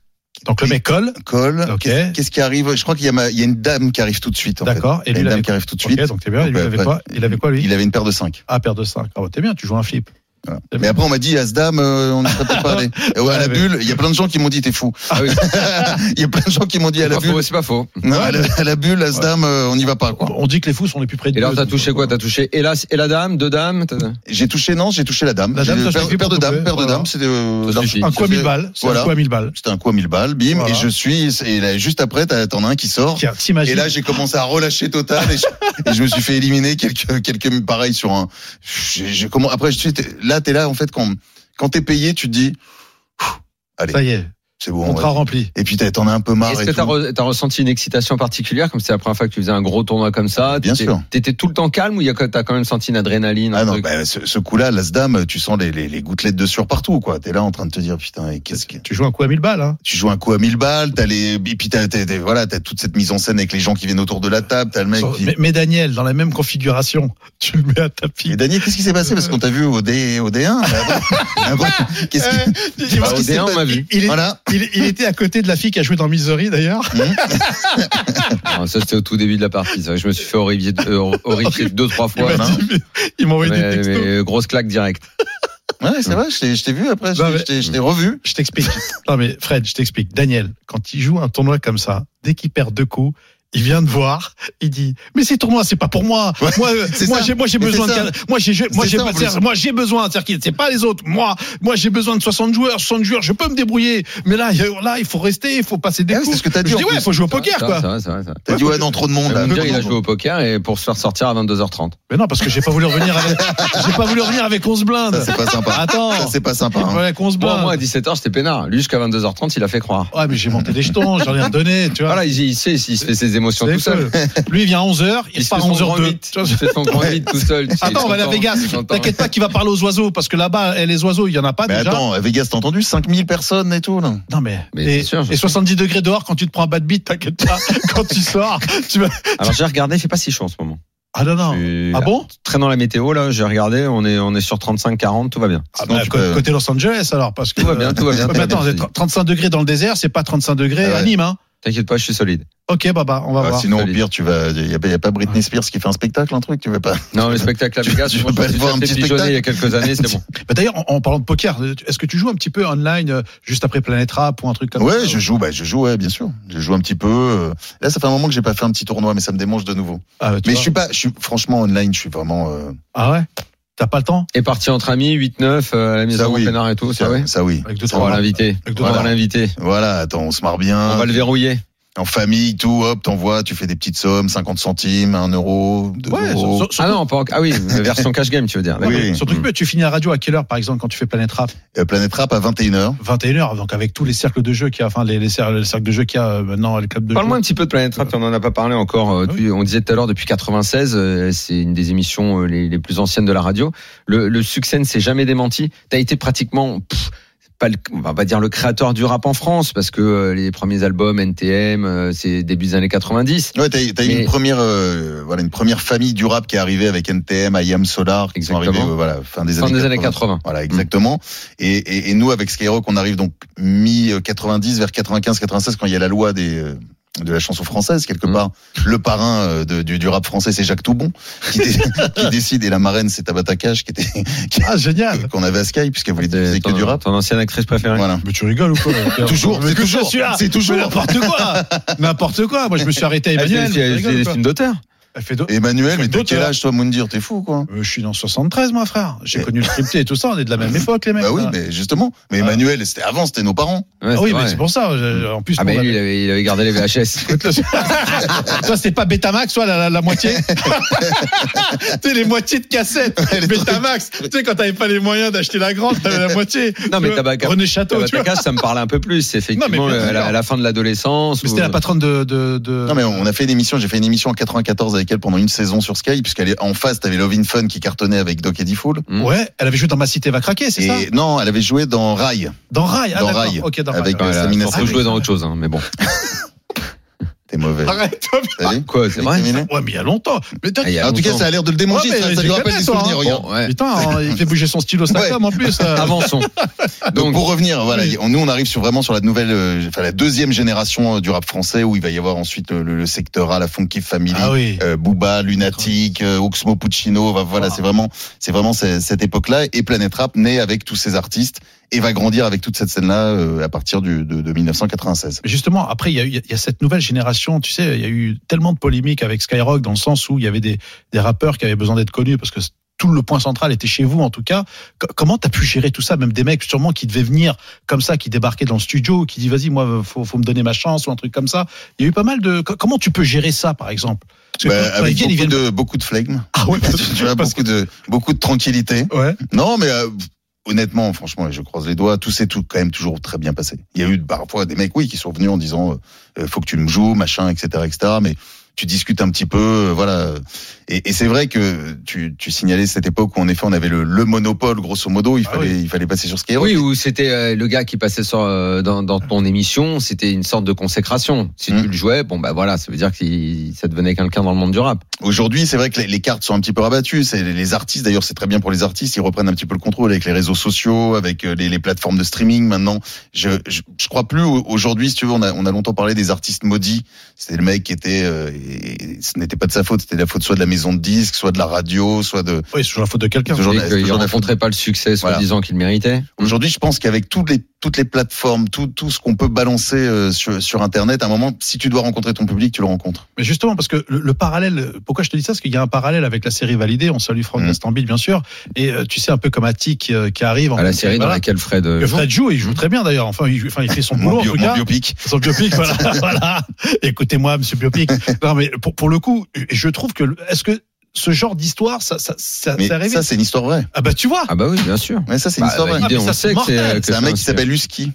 Donc le mec colle.
colle.
Ok.
Qu'est-ce- Qu'est-ce qui arrive Je crois qu'il y, a ma- il y a une dame qui arrive tout de suite. en fait.
D'accord. Et
Il y a
lui,
une
il
dame
avait
qui arrive tout de
Ok,
suite.
donc t'es bien. Et lui,
Ouais,
il avait
ouais.
quoi Il avait quoi lui
Il avait une paire de 5
Ah, paire de 5. Ah, bah, t'es bien, tu joues un flip.
Voilà. Mais après, on m'a dit, Asdam, euh, on ne serait pas parlé. Et ouais, à la
Ouais,
bulle, il y a plein de gens qui m'ont dit, t'es fou.
Ah oui, c'est
Il y a plein de gens qui m'ont dit, à la
pas
bulle,
faux, c'est pas faux.
non, à, la, à la bulle, Asdam, euh, on n'y va pas, quoi.
On dit que les fous sont les plus près de
Et là,
Dieu,
t'as
donc,
touché quoi T'as touché et la, et la dame, deux dames t'as-
J'ai touché, non, j'ai touché la dame.
La dame,
J'ai-
ça
paire,
suffit
paire de
pour
dames,
couper,
paire de euh,
voilà.
dames, c'est de-
Ça suffit.
Un quoi
ça fait-
mille balles. C'est
Voilà.
un quoi mille balles.
C'était un quoi mille balles, bim,
Voilà.
et je suis, et là, juste après, t'as- t'en as un qui sort.
Tiens, t'imagines.
Et là, j'ai commencé à relâcher total et je, et je me suis fait éliminer quelques quelques pareil sur un. j'ai- j'ai comment après je suis là t'es là en fait quand quand t'es payé tu te dis
ça y est,
c'est bon.
contrat
ouais.
rempli.
Et puis t'as- t'en as un peu marre.
Est-ce
Et
que
tout.
t'as re- t'as ressenti une excitation particulière comme c'est la première fois que tu faisais un gros tournoi comme ça
Bien
t'étais-
sûr.
T'étais tout le temps calme ou il y a que- t'as quand même senti une adrénaline un
Ah non,
truc
bah, ce, ce coup-là, l'Asdam, tu sens les, les, les gouttelettes de sueur partout, quoi. T'es là en train de te dire, putain, mais qu'est-ce que.
Tu joues un coup à mille balles. Hein.
Tu joues un coup à 1000 balles, t'as les. Et puis t'as, t'as- t'as- voilà, t'as toute cette mise en scène avec les gens qui viennent autour de la table, t'as le mec
Sans-
qui.
mais, mais Daniel, dans la même configuration, tu le mets à tapis.
Et Daniel, qu'est-ce qui s'est passé Parce qu'on t'a vu au, D, au D1. là. Avant- qu'est-ce qui.
Eh,
qu'est-ce
Bah,
qui
au
s'est
D1, on
passé
m'a vu.
Il, est-
Voilà.
il- il était à côté de la fille qui a joué dans Missouri d'ailleurs.
Non, Ah, Ça c'était au tout début de la partie. ça. Je me suis fait horrifier, euh, horrifier deux trois
Il
fois.
m'a
hein.
dit- il m'a envoyé des
Mais-
textos.
mais grosse claque directe.
Ouais, c'est vrai, je t'ai, je t'ai vu après, je,
Non,
t'ai-
mais-
je t'ai, je t'ai revu.
Je t'explique. Non mais Fred, je t'explique. Daniel, quand il joue un tournoi comme ça, dès qu'il perd deux coups, il vient de voir, il dit mais ces tournois c'est pas pour moi.
Ouais,
moi euh,
c'est
moi
ça.
j'ai moi j'ai
Mais
besoin de
c'est ça.
quar- moi j'ai moi
C'est
j'ai
ça,
pas-
en plus.
moi j'ai besoin c'est-à-dire que c'est pas les autres. Moi moi j'ai besoin de 60 joueurs, 60 joueurs, je peux me débrouiller. Mais là il y a- là il faut rester, il faut passer des
Ah oui,
coups.
c'est ce que t'as dit,
Je
en
dis ouais,
plus.
faut jouer au poker
Ça,
quoi.
ça, ça, ça.
T'as dit, ouais, non, trop de monde,
Ça
là.
veut me dire, il a
Non,
joué au poker et pour se faire sortir à 22h30.
Mais non parce que j'ai pas voulu revenir avec j'ai pas voulu revenir avec 11 blindes.
Ça, c'est pas sympa.
Attends.
Ça, c'est pas sympa. hein.
Ah, Ouais, avec 11
Moi,
blindes.
moi, à 17h, j'étais peinard. Lui, jusqu'à 22h30, il a fait croire.
Ouais, mais j'ai monté des jetons, j'en ai redonné, tu vois.
Voilà, il, il sait, il se fait ses émotions tout
Bah. C'est
seul.
cool. Lui, il vient à 11h, il,
Il se fait
part à
son grand
11h02.
vide. Il se fait son grand vide tout seul. tu sais, il est
Attends, on va aller à
content,
Vegas.
il est content.
T'inquiète pas qu'il va parler aux oiseaux, parce que là-bas, eh, les oiseaux, il y en a pas
Mais
déjà.
attends, à Vegas, t'as entendu 5000 personnes et tout, là.
Non, mais.
Mais
et,
c'est sûr, je
et 70 degrés dehors, quand tu te prends un bad beat, t'inquiète pas. quand tu sors, tu vas.
Alors, j'ai regardé, il fait pas si chaud en ce moment.
Ah non, non.
Tu-
Ah bon
Traînant la météo, là, j'ai regardé, on est, on est sur 35-40, tout va bien.
Ah
Sinon,
bah,
tu
co-
peux-
Côté Los Angeles, alors, parce que.
Tout va bien, tout va bien.
Euh, mais attends,
Très bien,
c'est 35 degrés dans le désert, c'est pas 35 degrés
Ah ouais.
à Nîmes, hein.
T'inquiète pas, je suis solide.
Ok, Baba, on va
Ah,
voir.
sinon, au
Salut.
pire, tu vas, il y, a pas- y a pas Britney Spears qui fait un spectacle, un truc, tu veux pas.
Non, le spectacle à
Tu-
Vegas,
tu
bon,
veux
je
pas
me suis
voir un
fait
petit
pigeonner il y a
spectacle
quelques années, c'est bon.
Bah, D'ailleurs, en, en parlant de poker, est-ce que tu joues un petit peu online, euh, juste après Planète Rap ou un truc comme ça hein.
Ouais, je joue, bah, je joue, ouais, bien sûr. Je joue un petit peu. euh. Là, ça fait un moment que j'ai pas fait un petit tournoi, mais ça me démange de nouveau.
Ah, tu
Mais
vois.
je suis pas, je suis, franchement, online, je suis vraiment, euh,
Ah ouais T'as pas le temps
Et parti entre amis, 8-9, euh, à la
Ça,
maison
oui.
de Pénard et tout, ça, ouais.
ça oui.
Oh, Avec deux,
On
trois
va l'inviter.
Avec Ah. deux,
On va
trois-
l'inviter.
Voilà, attends, on se marre
On
bien.
va le verrouiller.
En famille, tout, hop, t'envoies, tu fais des petites sommes, 50 centimes, 1 euro, 2
Ouais,
euros.
sur- sur-
Ah non, pas encore. Ah oui, version cash game, tu veux dire.
Oui.
Surtout que tu finis à la radio à quelle heure, par exemple, quand tu fais Planète Rap
Euh, Planète Rap à 21h.
21h, donc avec tous les cercles de jeu qu'il y a, enfin, les, les cer- les cercles de jeu qu'il y a euh, maintenant, les clubs de
Parle-moi
jeu.
un petit peu de Planète Rap, on n'en a pas parlé encore. Euh,
Ah
tu- on disait tout à l'heure, depuis 96, euh, c'est une des émissions euh, les, les plus anciennes de la radio. Le, le succès ne s'est jamais démenti. T'as été pratiquement, pff, pas le- on va pas dire le créateur du rap en France, parce que euh, les premiers albums, NTM, euh, c'est début des années 90.
Ouais, t'as, t'as eu
Mais-
une première, euh, voilà, une première famille du rap qui est arrivée avec NTM, IAM Solar, qui sont
Exactement.
arrivés, euh, voilà, fin des
Fin
années
des
80.
années Mm. 80.
Voilà, exactement. Et, et, et nous, avec Skyrock, on arrive donc mi-90 vers 95-96, quand il y a la loi des, euh, de la chanson française, quelque
Mm.
part. Le parrain euh, de- du, du rap français, c'est Jacques Toubon, qui, dé- qui décide, et la marraine, c'est Tabata Cash, qui était,
Ah, génial
qu'on avait à Sky, puisqu'elle voulait diffuser que
ton,
du rap.
ton ancienne actrice préférée.
Voilà.
Mais tu rigoles ou quoi
Toujours,
Mais
c'est
que
toujours,
je suis là.
c'est toujours.
Mais n'importe quoi N'importe quoi Moi, je me suis arrêté à
Elle fait
Emmanuel.
aussi- elle
tu
faisait
rigoles ou
des
quoi
films d'auteur.
Elle fait d'autres-
Emmanuel, mais t'as
D'autres,
quel
là.
âge, toi, Moundir T'es fou, quoi.
Euh, Je suis dans 73, moi, frère. J'ai
Mais-
connu le crypté et tout ça, on est de la même époque, les mecs.
Bah oui,
là.
mais justement. Mais
Ah.
Emmanuel, c'était avant, c'était nos parents.
Ouais,
Ah
c'est
oui,
vrai.
mais c'est pour ça. je- En plus,
Ah,
nous,
mais
on
lui, il
avait-
avait, il avait gardé les VHS.
toi, c'était pas Betamax, toi, la, la- la moitié. tu sais, les moitiés de cassettes.
Les trucs-
Betamax. Tu sais, quand t'avais pas les moyens d'acheter la grande, t'avais la moitié.
Non, mais
Tu vois,
Tabata-
René Château, tu vois.
Tabata Cash, ça me parlait un peu plus. C'est effectivement
Non, mais bien
le- à la,
sûr.
à la fin de l'adolescence. euh,
Mais
où-
c'était la patronne de. de, de-
Non mais on a fait une émission, j'ai fait une émission en 94 avec elle pendant une saison sur Sky, puisqu'elle est en face, t'avais Love in Fun qui cartonnait avec Doc Eddie Fool.
Ouais, elle avait joué dans Ma Cité va craquer, c'est ça
Et non, elle avait joué dans Rail.
Dans Rail. ah,
dans
d'accord.
Rail.
Ok, dans
Avec-
Rail. Ah,
euh,
Ouais,
Samina
faut
Seri.
jouer dans autre chose, hein, mais bon.
T'es mauvais.
Arrête.
T'as vu
Quoi, c'est vrai
Terminé
Ouais, mais il y a longtemps. Mais t'as-
Ah, il y a
En tout cas,
longtemps.
ça a l'air de le démanger.
Ouais, mais
ça ça
tu
lui rappelle
connais,
des
toi,
souvenirs.
hein.
Regarde.
Bon, ouais.
Putain, il fait bouger son stylo, sa
Ouais.
femme en plus. euh.
Avançons.
Donc,
Donc,
pour revenir, voilà,
Oui.
on- nous on arrive sur vraiment sur la nouvelle, euh, enfin la deuxième génération euh, du rap français où il va y avoir ensuite euh, le, le- le secteur A, la Funky Family,
Ah oui.
euh, Booba, Lunatic, euh, Oxmo Puccino, va- voilà,
Ah.
c'est vraiment, c'est vraiment ce- cette époque-là et Planète Rap naît avec tous ces artistes et va grandir avec toute cette scène-là euh, à partir du, de, de 1996.
Justement, après, il y, a eu- il y a cette nouvelle génération. Tu sais, il y a eu tellement de polémiques avec Skyrock dans le sens où il y avait des, des rappeurs qui avaient besoin d'être connus parce que c- tout le point central était chez vous, en tout cas. Co- comment t'as pu gérer tout ça Même des mecs, sûrement, qui devaient venir comme ça, qui débarquaient dans le studio, qui disent vas-y, moi, faut, faut me donner ma chance ou un truc comme ça. Il y a eu pas mal de. co- Comment tu peux gérer ça, par exemple Parce que
Bah,
quand- quand
avec
ils viennent,
beaucoup
ils viennent-
de beaucoup de flegme,
Ah ouais, parce-
tu vois,
parce
beaucoup de beaucoup de tranquillité.
que- ouais.
Non, mais euh, honnêtement, franchement, je croise les doigts, tout s'est tout quand même toujours très bien passé. Il y a eu parfois des mecs, oui, qui sont venus en disant, euh, euh, faut que tu me joues, machin, etc., etc. Mais tu discutes un petit peu, euh, voilà. Et, et c'est vrai que tu, tu signalais cette époque où en effet on avait le, le monopole, grosso modo, il
Ah
fallait il fallait passer sur ce qui est
oui, où c'était euh, le gars qui passait sur, euh, dans, dans ton émission, c'était une sorte de consécration. Si
Mm.
tu le jouais, bon, bah voilà, ça veut dire que ça devenait quelqu'un dans le monde du rap.
Aujourd'hui, c'est vrai que les, les cartes sont un petit peu rabattues. C'est les, les artistes, d'ailleurs, c'est très bien pour les artistes. Ils reprennent un petit peu le contrôle avec les réseaux sociaux, avec euh, les, les plateformes de streaming. Maintenant, je, je, je crois plus au- aujourd'hui. Si tu veux, on a, on a longtemps parlé des artistes maudits. C'était le mec qui était, euh, et- et ce n'était pas de sa faute. C'était la faute soit de la maison de disques, soit de la radio, soit de.
Oui, c'est toujours la faute de quelqu'un.
Toujours
Et
la-
qu'il
toujours la faute
rencontrait pas le succès
Voilà.
soi-disant qu'il méritait.
Mmh.
Aujourd'hui, je pense qu'avec toutes les toutes les plateformes, tout tout ce qu'on peut balancer euh, sur sur Internet, à un moment, si tu dois rencontrer ton public, tu le rencontres.
Mais justement, parce que le, le parallèle, pourquoi je te dis ça Parce qu'il y a un parallèle avec la série validée. On salue Franck
Mhm.
Gastambide, bien sûr. Et euh, tu sais, un peu comme Attic euh, qui arrive. en
À la
fait,
série dans
voilà.
laquelle Fred. euh,
Que
joue.
Fred joue, il joue très bien d'ailleurs. Enfin, il, enfin, il fait son boulot
Mon,
en
bio-
tout
mon
cas.
biopic.
Son biopic, voilà. voilà. Écoutez-moi, monsieur biopic. Non, mais pour, pour le coup, je trouve que. le- Est-ce que ce genre d'histoire, ça, ça, ça,
Mais
c'est arrivé
ça, c'est une histoire vraie.
Ah bah tu vois
Ah bah oui, bien sûr.
Ouais, ça, c'est une
Bah,
histoire vraie.
Validé,
Ah, mais
on
ça,
sait
c'est
que c'est
mortel.
que
C'est un mec qui
c'est-
s'appelle Husky.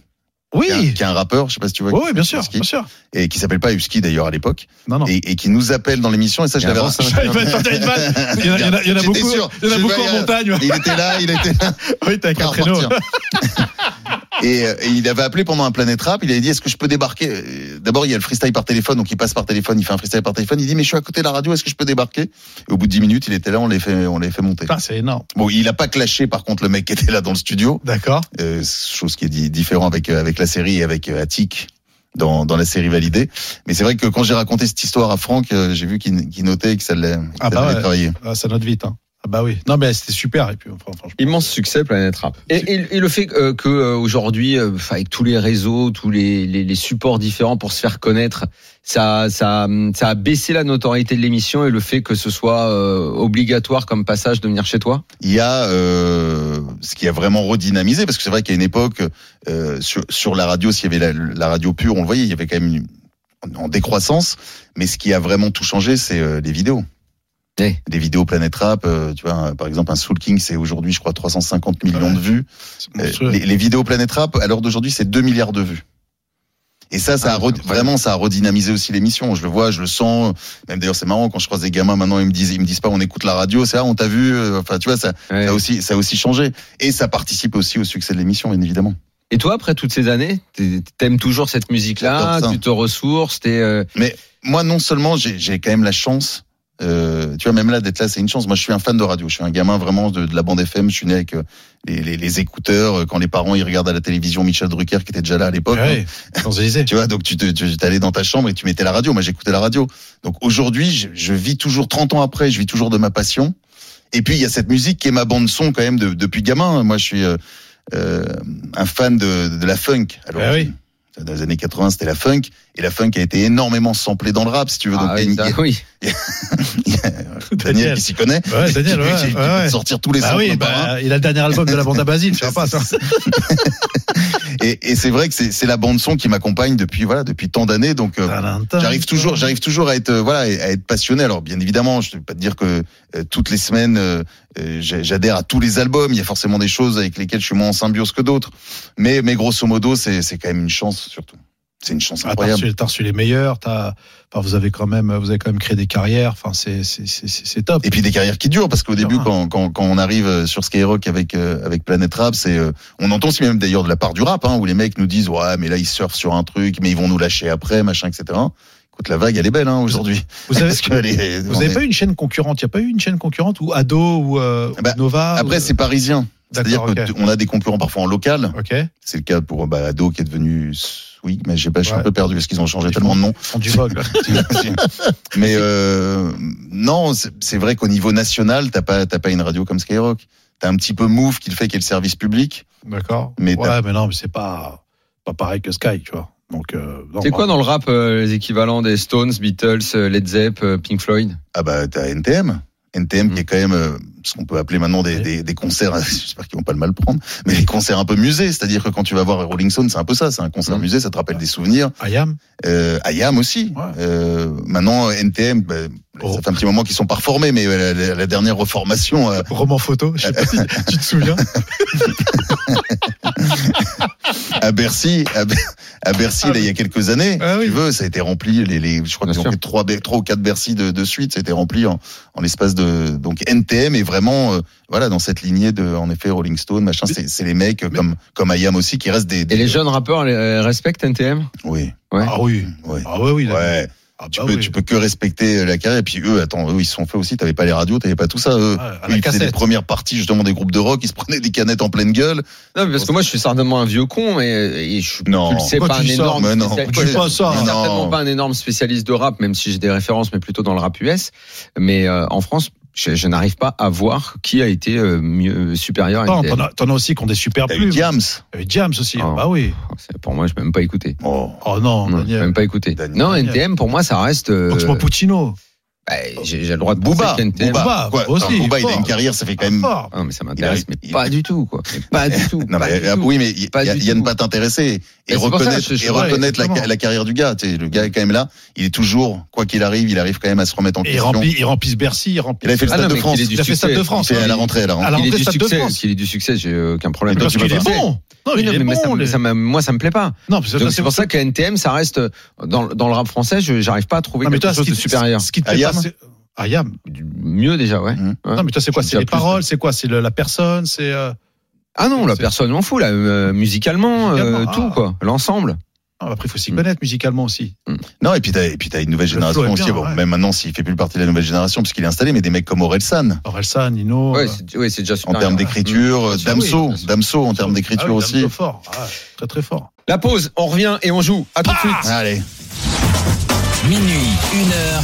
Oui
qui est un- qui est un rappeur, je sais pas si tu vois.
oui, oui, bien sûr,
Husky,
bien sûr.
Et qui s'appelle pas Husky d'ailleurs à l'époque,
Non, non.
et, et qui nous appelle dans l'émission, et ça je
Et
l'avais
avant, ça,
raconté.
Il va te tenter une balle. Il y en a- il y en a- il y en a
J'étais
beaucoup.
sûr.
Il y en a
Je
beaucoup
vais
en
y aller.
montagne.
Il était là, il était là.
Oui, t'as
prêt à
qu'un créneau.
repartir. Et, euh, et il avait appelé pendant un planète rap, il avait dit est-ce que je peux débarquer Euh, D'abord il y a le freestyle par téléphone, donc il passe par téléphone, il fait un freestyle par téléphone, il dit mais je suis à côté de la radio, est-ce que je peux débarquer Et au bout de 10 minutes il était là, on les fait, on les fait monter.
Putain, Ah, C'est énorme.
Bon il a pas clashé par contre le mec qui était là dans le studio,
D'accord.
euh, chose qui est di- différent avec euh, avec la série et avec euh, Attic dans dans la série validée. Mais c'est vrai que quand j'ai raconté cette histoire à Franck, euh, j'ai vu qu'il qu'il notait que ça l'avait
Ah
que
bah
ça l'avait
ouais.
travaillé.
Ah, ça note vite. Hein. Ah bah oui. Non mais c'était super. Et puis enfin, franchement.
Immense succès Planète Rap. Et, et- et le fait euh, que euh, aujourd'hui, euh, enfin, avec tous les réseaux, tous les, les- les supports différents pour se faire connaître, ça, ça, hum, ça a baissé la notoriété de l'émission et le fait que ce soit euh, obligatoire comme passage de venir chez toi.
Il y a euh, ce qui a vraiment redynamisé parce que c'est vrai qu'à une époque euh, sur sur la radio, s'il y avait la, la radio pure, on le voyait, il y avait quand même une en décroissance, mais ce qui a vraiment tout changé, c'est euh, les vidéos.
Oui.
Les vidéos Planet Rap, euh, tu vois, un- par exemple, un Soul King, c'est aujourd'hui, je crois, 350 millions
Ouais.
de vues.
C'est
Euh,
monstrueux.
les, les vidéos Planète Rap, à l'heure d'aujourd'hui, c'est 2 milliards de vues. Et ça,
Ah,
ça a re- vraiment, ça a redynamisé aussi l'émission. Je le vois, je le sens. Même d'ailleurs, c'est marrant quand je croise des gamins maintenant, ils me disent, ils me disent pas, on écoute la radio, c'est ah, on t'a vu. euh, Enfin, tu vois, ça,
Ouais.
ça a aussi, ça a aussi changé. Et ça participe aussi au succès de l'émission, bien évidemment.
Et toi, après toutes ces années, t'es- t'aimes toujours cette musique-là,
J'adore ça.
tu te ressources, t'es euh,
Moi, non seulement j'ai j'ai quand même la chance. euh, tu vois, même là, d'être là, c'est une chance. Moi, je suis un fan de radio. Je suis un gamin vraiment de, de la bande FM. Je suis né avec euh, les, les- les écouteurs. euh, Quand les parents, ils regardent à la télévision Michel Drucker, qui était déjà là à l'époque.
Ouais, Champs-Élysées.
Tu vois, donc tu te- tu allais dans ta chambre et tu mettais la radio. Moi, j'écoutais la radio. Donc aujourd'hui, je, je vis toujours 30 ans après, je vis toujours de ma passion. Et puis il y a cette musique qui est ma bande son quand même de- depuis gamin. Moi, je suis euh, euh, un fan de, de la funk. Alors,
Ah oui.
Dans les années 80, c'était la funk. Et la funk a été énormément samplée dans le rap, si tu veux. Donc,
ah,
il y a une-
ça, oui.
il y a Daniel qui s'y connaît.
Ouais, Daniel,
Qui-
ouais,
qui- qui peut
ouais, ouais.
sortir tous les
Ah
samples
oui,
un par un.
bah, il a le dernier album de la bande à Basile, tu vois pas ça.
Et, et c'est vrai que c'est c'est la bande son qui m'accompagne depuis voilà depuis tant d'années. Donc euh, J'arrive toujours, j'arrive toujours à être euh, voilà, à être passionné. Alors bien évidemment, je ne peux pas te dire que euh, toutes les semaines euh, euh, j'a- j'adhère à tous les albums. Il y a forcément des choses avec lesquelles je suis moins en symbiose que d'autres. Mais mais grosso modo, c'est c'est quand même une chance surtout. C'est une chance
Ah, t'as
incroyable.
reçu, t'as reçu les meilleurs, t'as, enfin, vous avez quand même, vous avez quand même créé des carrières, enfin, c'est, c'est, c'est, c'est c'est top.
Et puis des carrières qui durent parce qu'au
Dur,
début
hein.
quand, quand quand on arrive euh, sur Skyrock avec euh, avec Planet Rap, c'est euh, on entend aussi même d'ailleurs de la part du rap hein, où les mecs nous disent ouais mais là ils surfent sur un truc mais ils vont nous lâcher après machin etc. Écoute, la vague, elle est belle hein, aujourd'hui.
Vous avez,
Parce que elle est-
vous
on
avez
est-
pas eu une chaîne concurrente Il n'y a pas eu une chaîne concurrente ou Ado ou, euh,
Ah bah,
ou Nova
Après,
ou-
c'est parisien. C'est-à-dire
D'accord, ok.
qu'on a des concurrents parfois en local.
Ok.
C'est le cas pour bah, Ado qui est devenu Swig, mais je sais pas, je suis
Ouais.
un peu perdu parce qu'ils ont changé
Ils
tellement de nom.
Ils font du vogue. là.
mais euh, non, c'est c'est vrai qu'au niveau national, t'as pas, t'as pas une radio comme Skyrock. T'as un petit peu Move qui le fait, qui est le service public.
D'accord.
Mais
ouais,
t'as-
mais non, mais c'est pas pas pareil que Sky, tu vois. Donc. euh, non,
C'est
bah,
quoi dans le rap euh, les équivalents des Stones, Beatles, euh, Led Zepp, euh, Pink Floyd
Ah bah t'as NTM. NTM
Mm.
qui est quand même euh, ce qu'on peut appeler maintenant des,
Oui.
des, des concerts, j'espère qu'ils vont pas le mal prendre, mais des concerts un peu musées, c'est-à-dire que quand tu vas voir Rolling Stone, c'est un peu ça, c'est un concert
Mm.
musée, ça te rappelle des souvenirs.
Ayam.
Euh, IAM aussi.
Ouais.
Euh, maintenant NTM, bah,
Oh.
ça fait un petit moment qu'ils sont pas reformés, mais euh, la, la- la dernière reformation, euh,
Roman photo. Je sais pas si tu te souviens.
à Bercy, à, Ber- à Bercy, là, il y a quelques années,
Ah
si
oui.
tu veux, ça a été rempli. Les, les, je crois
Bien
qu'ils ont
sûr.
fait trois, Ber- trois ou quatre Bercy de, de suite. Ça a été rempli en, en l'espace de. Donc NTM est vraiment, euh, voilà, dans cette lignée de, en effet, Rolling Stone, machin. C'est c'est les mecs euh, comme comme IAM aussi qui restent des. des-
Et les jeunes rappeurs les- euh, respectent NTM
Oui,
Ouais.
Ah oui.
oui.
Ah ouais, oui. là.
Ouais,
Ah
tu
bah
peux,
oui.
tu peux que respecter euh, la carrière. Et puis eux, attends, eux, ils se sont faits aussi. T'avais pas les radios, t'avais pas tout ça. Eux,
Ouais, à
Eux,
la
ils faisaient les
cassette.
premières parties justement des groupes de rock. Ils se prenaient des canettes en pleine gueule.
Non, mais parce que moi, je suis certainement un vieux con et, et je suis.
Non.
Tu le sais,
Pourquoi
pas un
tu dis ça
énorme.
Mais non.
spécialiste-
Tu dis pas ça.
Je suis
Non.
certainement pas un énorme spécialiste de rap, même si j'ai des références, mais plutôt dans le rap US. Mais euh, en France, je, je n'arrive pas à voir qui a été euh, mieux, supérieur. à
Attends,
NTM.
T'en as- t'en as aussi qui ont des super
T'as eu
plumes.
Diams.
T'as eu Diams aussi.
Oh.
Bah oui.
C'est- Pour moi, je peux même pas écouter.
Oh.
Oh
Non,
non,
je peux
Daniel.
même pas écouter.
Daniel.
Non, NTM, pour moi, ça reste. euh,
Oxmo Puccino.
bah, j'ai j'ai le droit de
Booba,
penser qu'NTM.
Booba,
Booba, quoi.
aussi,
Enfin, Booba, il a
fort.
une carrière, ça fait quand même
Fort.
Ah non, mais ça m'intéresse,
Il a-
mais
il-
pas du tout, quoi. Mais pas du tout.
Non,
pas
mais,
du
ah,
tout.
oui, mais il
Pas
y a-
du
il y a
tout.
ne pas t'intéresser et
Mais c'est pour ça,
reconnaître,
je- je-
et
ouais,
reconnaître la,
exactement.
la carrière du gars. Tu sais, le gars est quand même là. Il est toujours, quoi qu'il arrive, il arrive quand même à se remettre en
Et il
question.
remplit, il remplit ce Bercy, il remplit.
Il a fait le
Ah
Stade
non,
de
mais
France.
qu'il ait du
Il a fait
succès.
Stade de France.
C'est à la rentrée, à la rentrée.
À la
Qu'il ait
rentrée,
du
Stade de
succès,
France.
qu'il ait du succès, j'ai aucun problème.
Mais
Parce
tu
qu'il
vas
est
pas.
bon. Non,
Oui,
il
non,
est
mais ça
bon.
me-
les-
ça me- moi, ça me plaît pas.
Non, parce que
Donc
ça,
c'est pour ça que NTM, ça reste euh, dans, le- dans le rap français. Je j'arrive pas à trouver
Non, mais
quelque
toi, ce
chose
qui
de supérieur.
Ce qui te plaît
Ayam.
pas, c'est. Ayam.
Du- Mieux déjà, ouais.
Hum.
Ouais.
Non, mais toi, c'est quoi
Je
C'est
me souviens plus,
les paroles, c'est quoi C'est le- la personne, c'est. euh,
Ah non, la
C'est-
personne m'en fout là, euh, musicalement, euh,
Musicalement,
tout
ah.
quoi, l'ensemble.
non, Après, il faut s'y
Mm.
connaître musicalement aussi.
Non, et puis t'as, et puis t'as une nouvelle génération
flow est
aussi.
bien,
bon,
ouais.
même maintenant, s'il fait plus partie de la nouvelle génération, puisqu'il est installé, mais des mecs comme Orelsan.
Orelsan, Nino.
Ouais,
euh,
c'est ouais, c'est déjà
En
supérieur.
termes d'écriture,
sûr,
euh,
oui,
Damso,
bien sûr.
Damso en termes d'écriture
ah oui,
aussi.
Damso fort. Ah, très très fort.
La pause, on revient et on joue. À tout de
Ah,
suite.
Allez.
Minuit, 1 heure.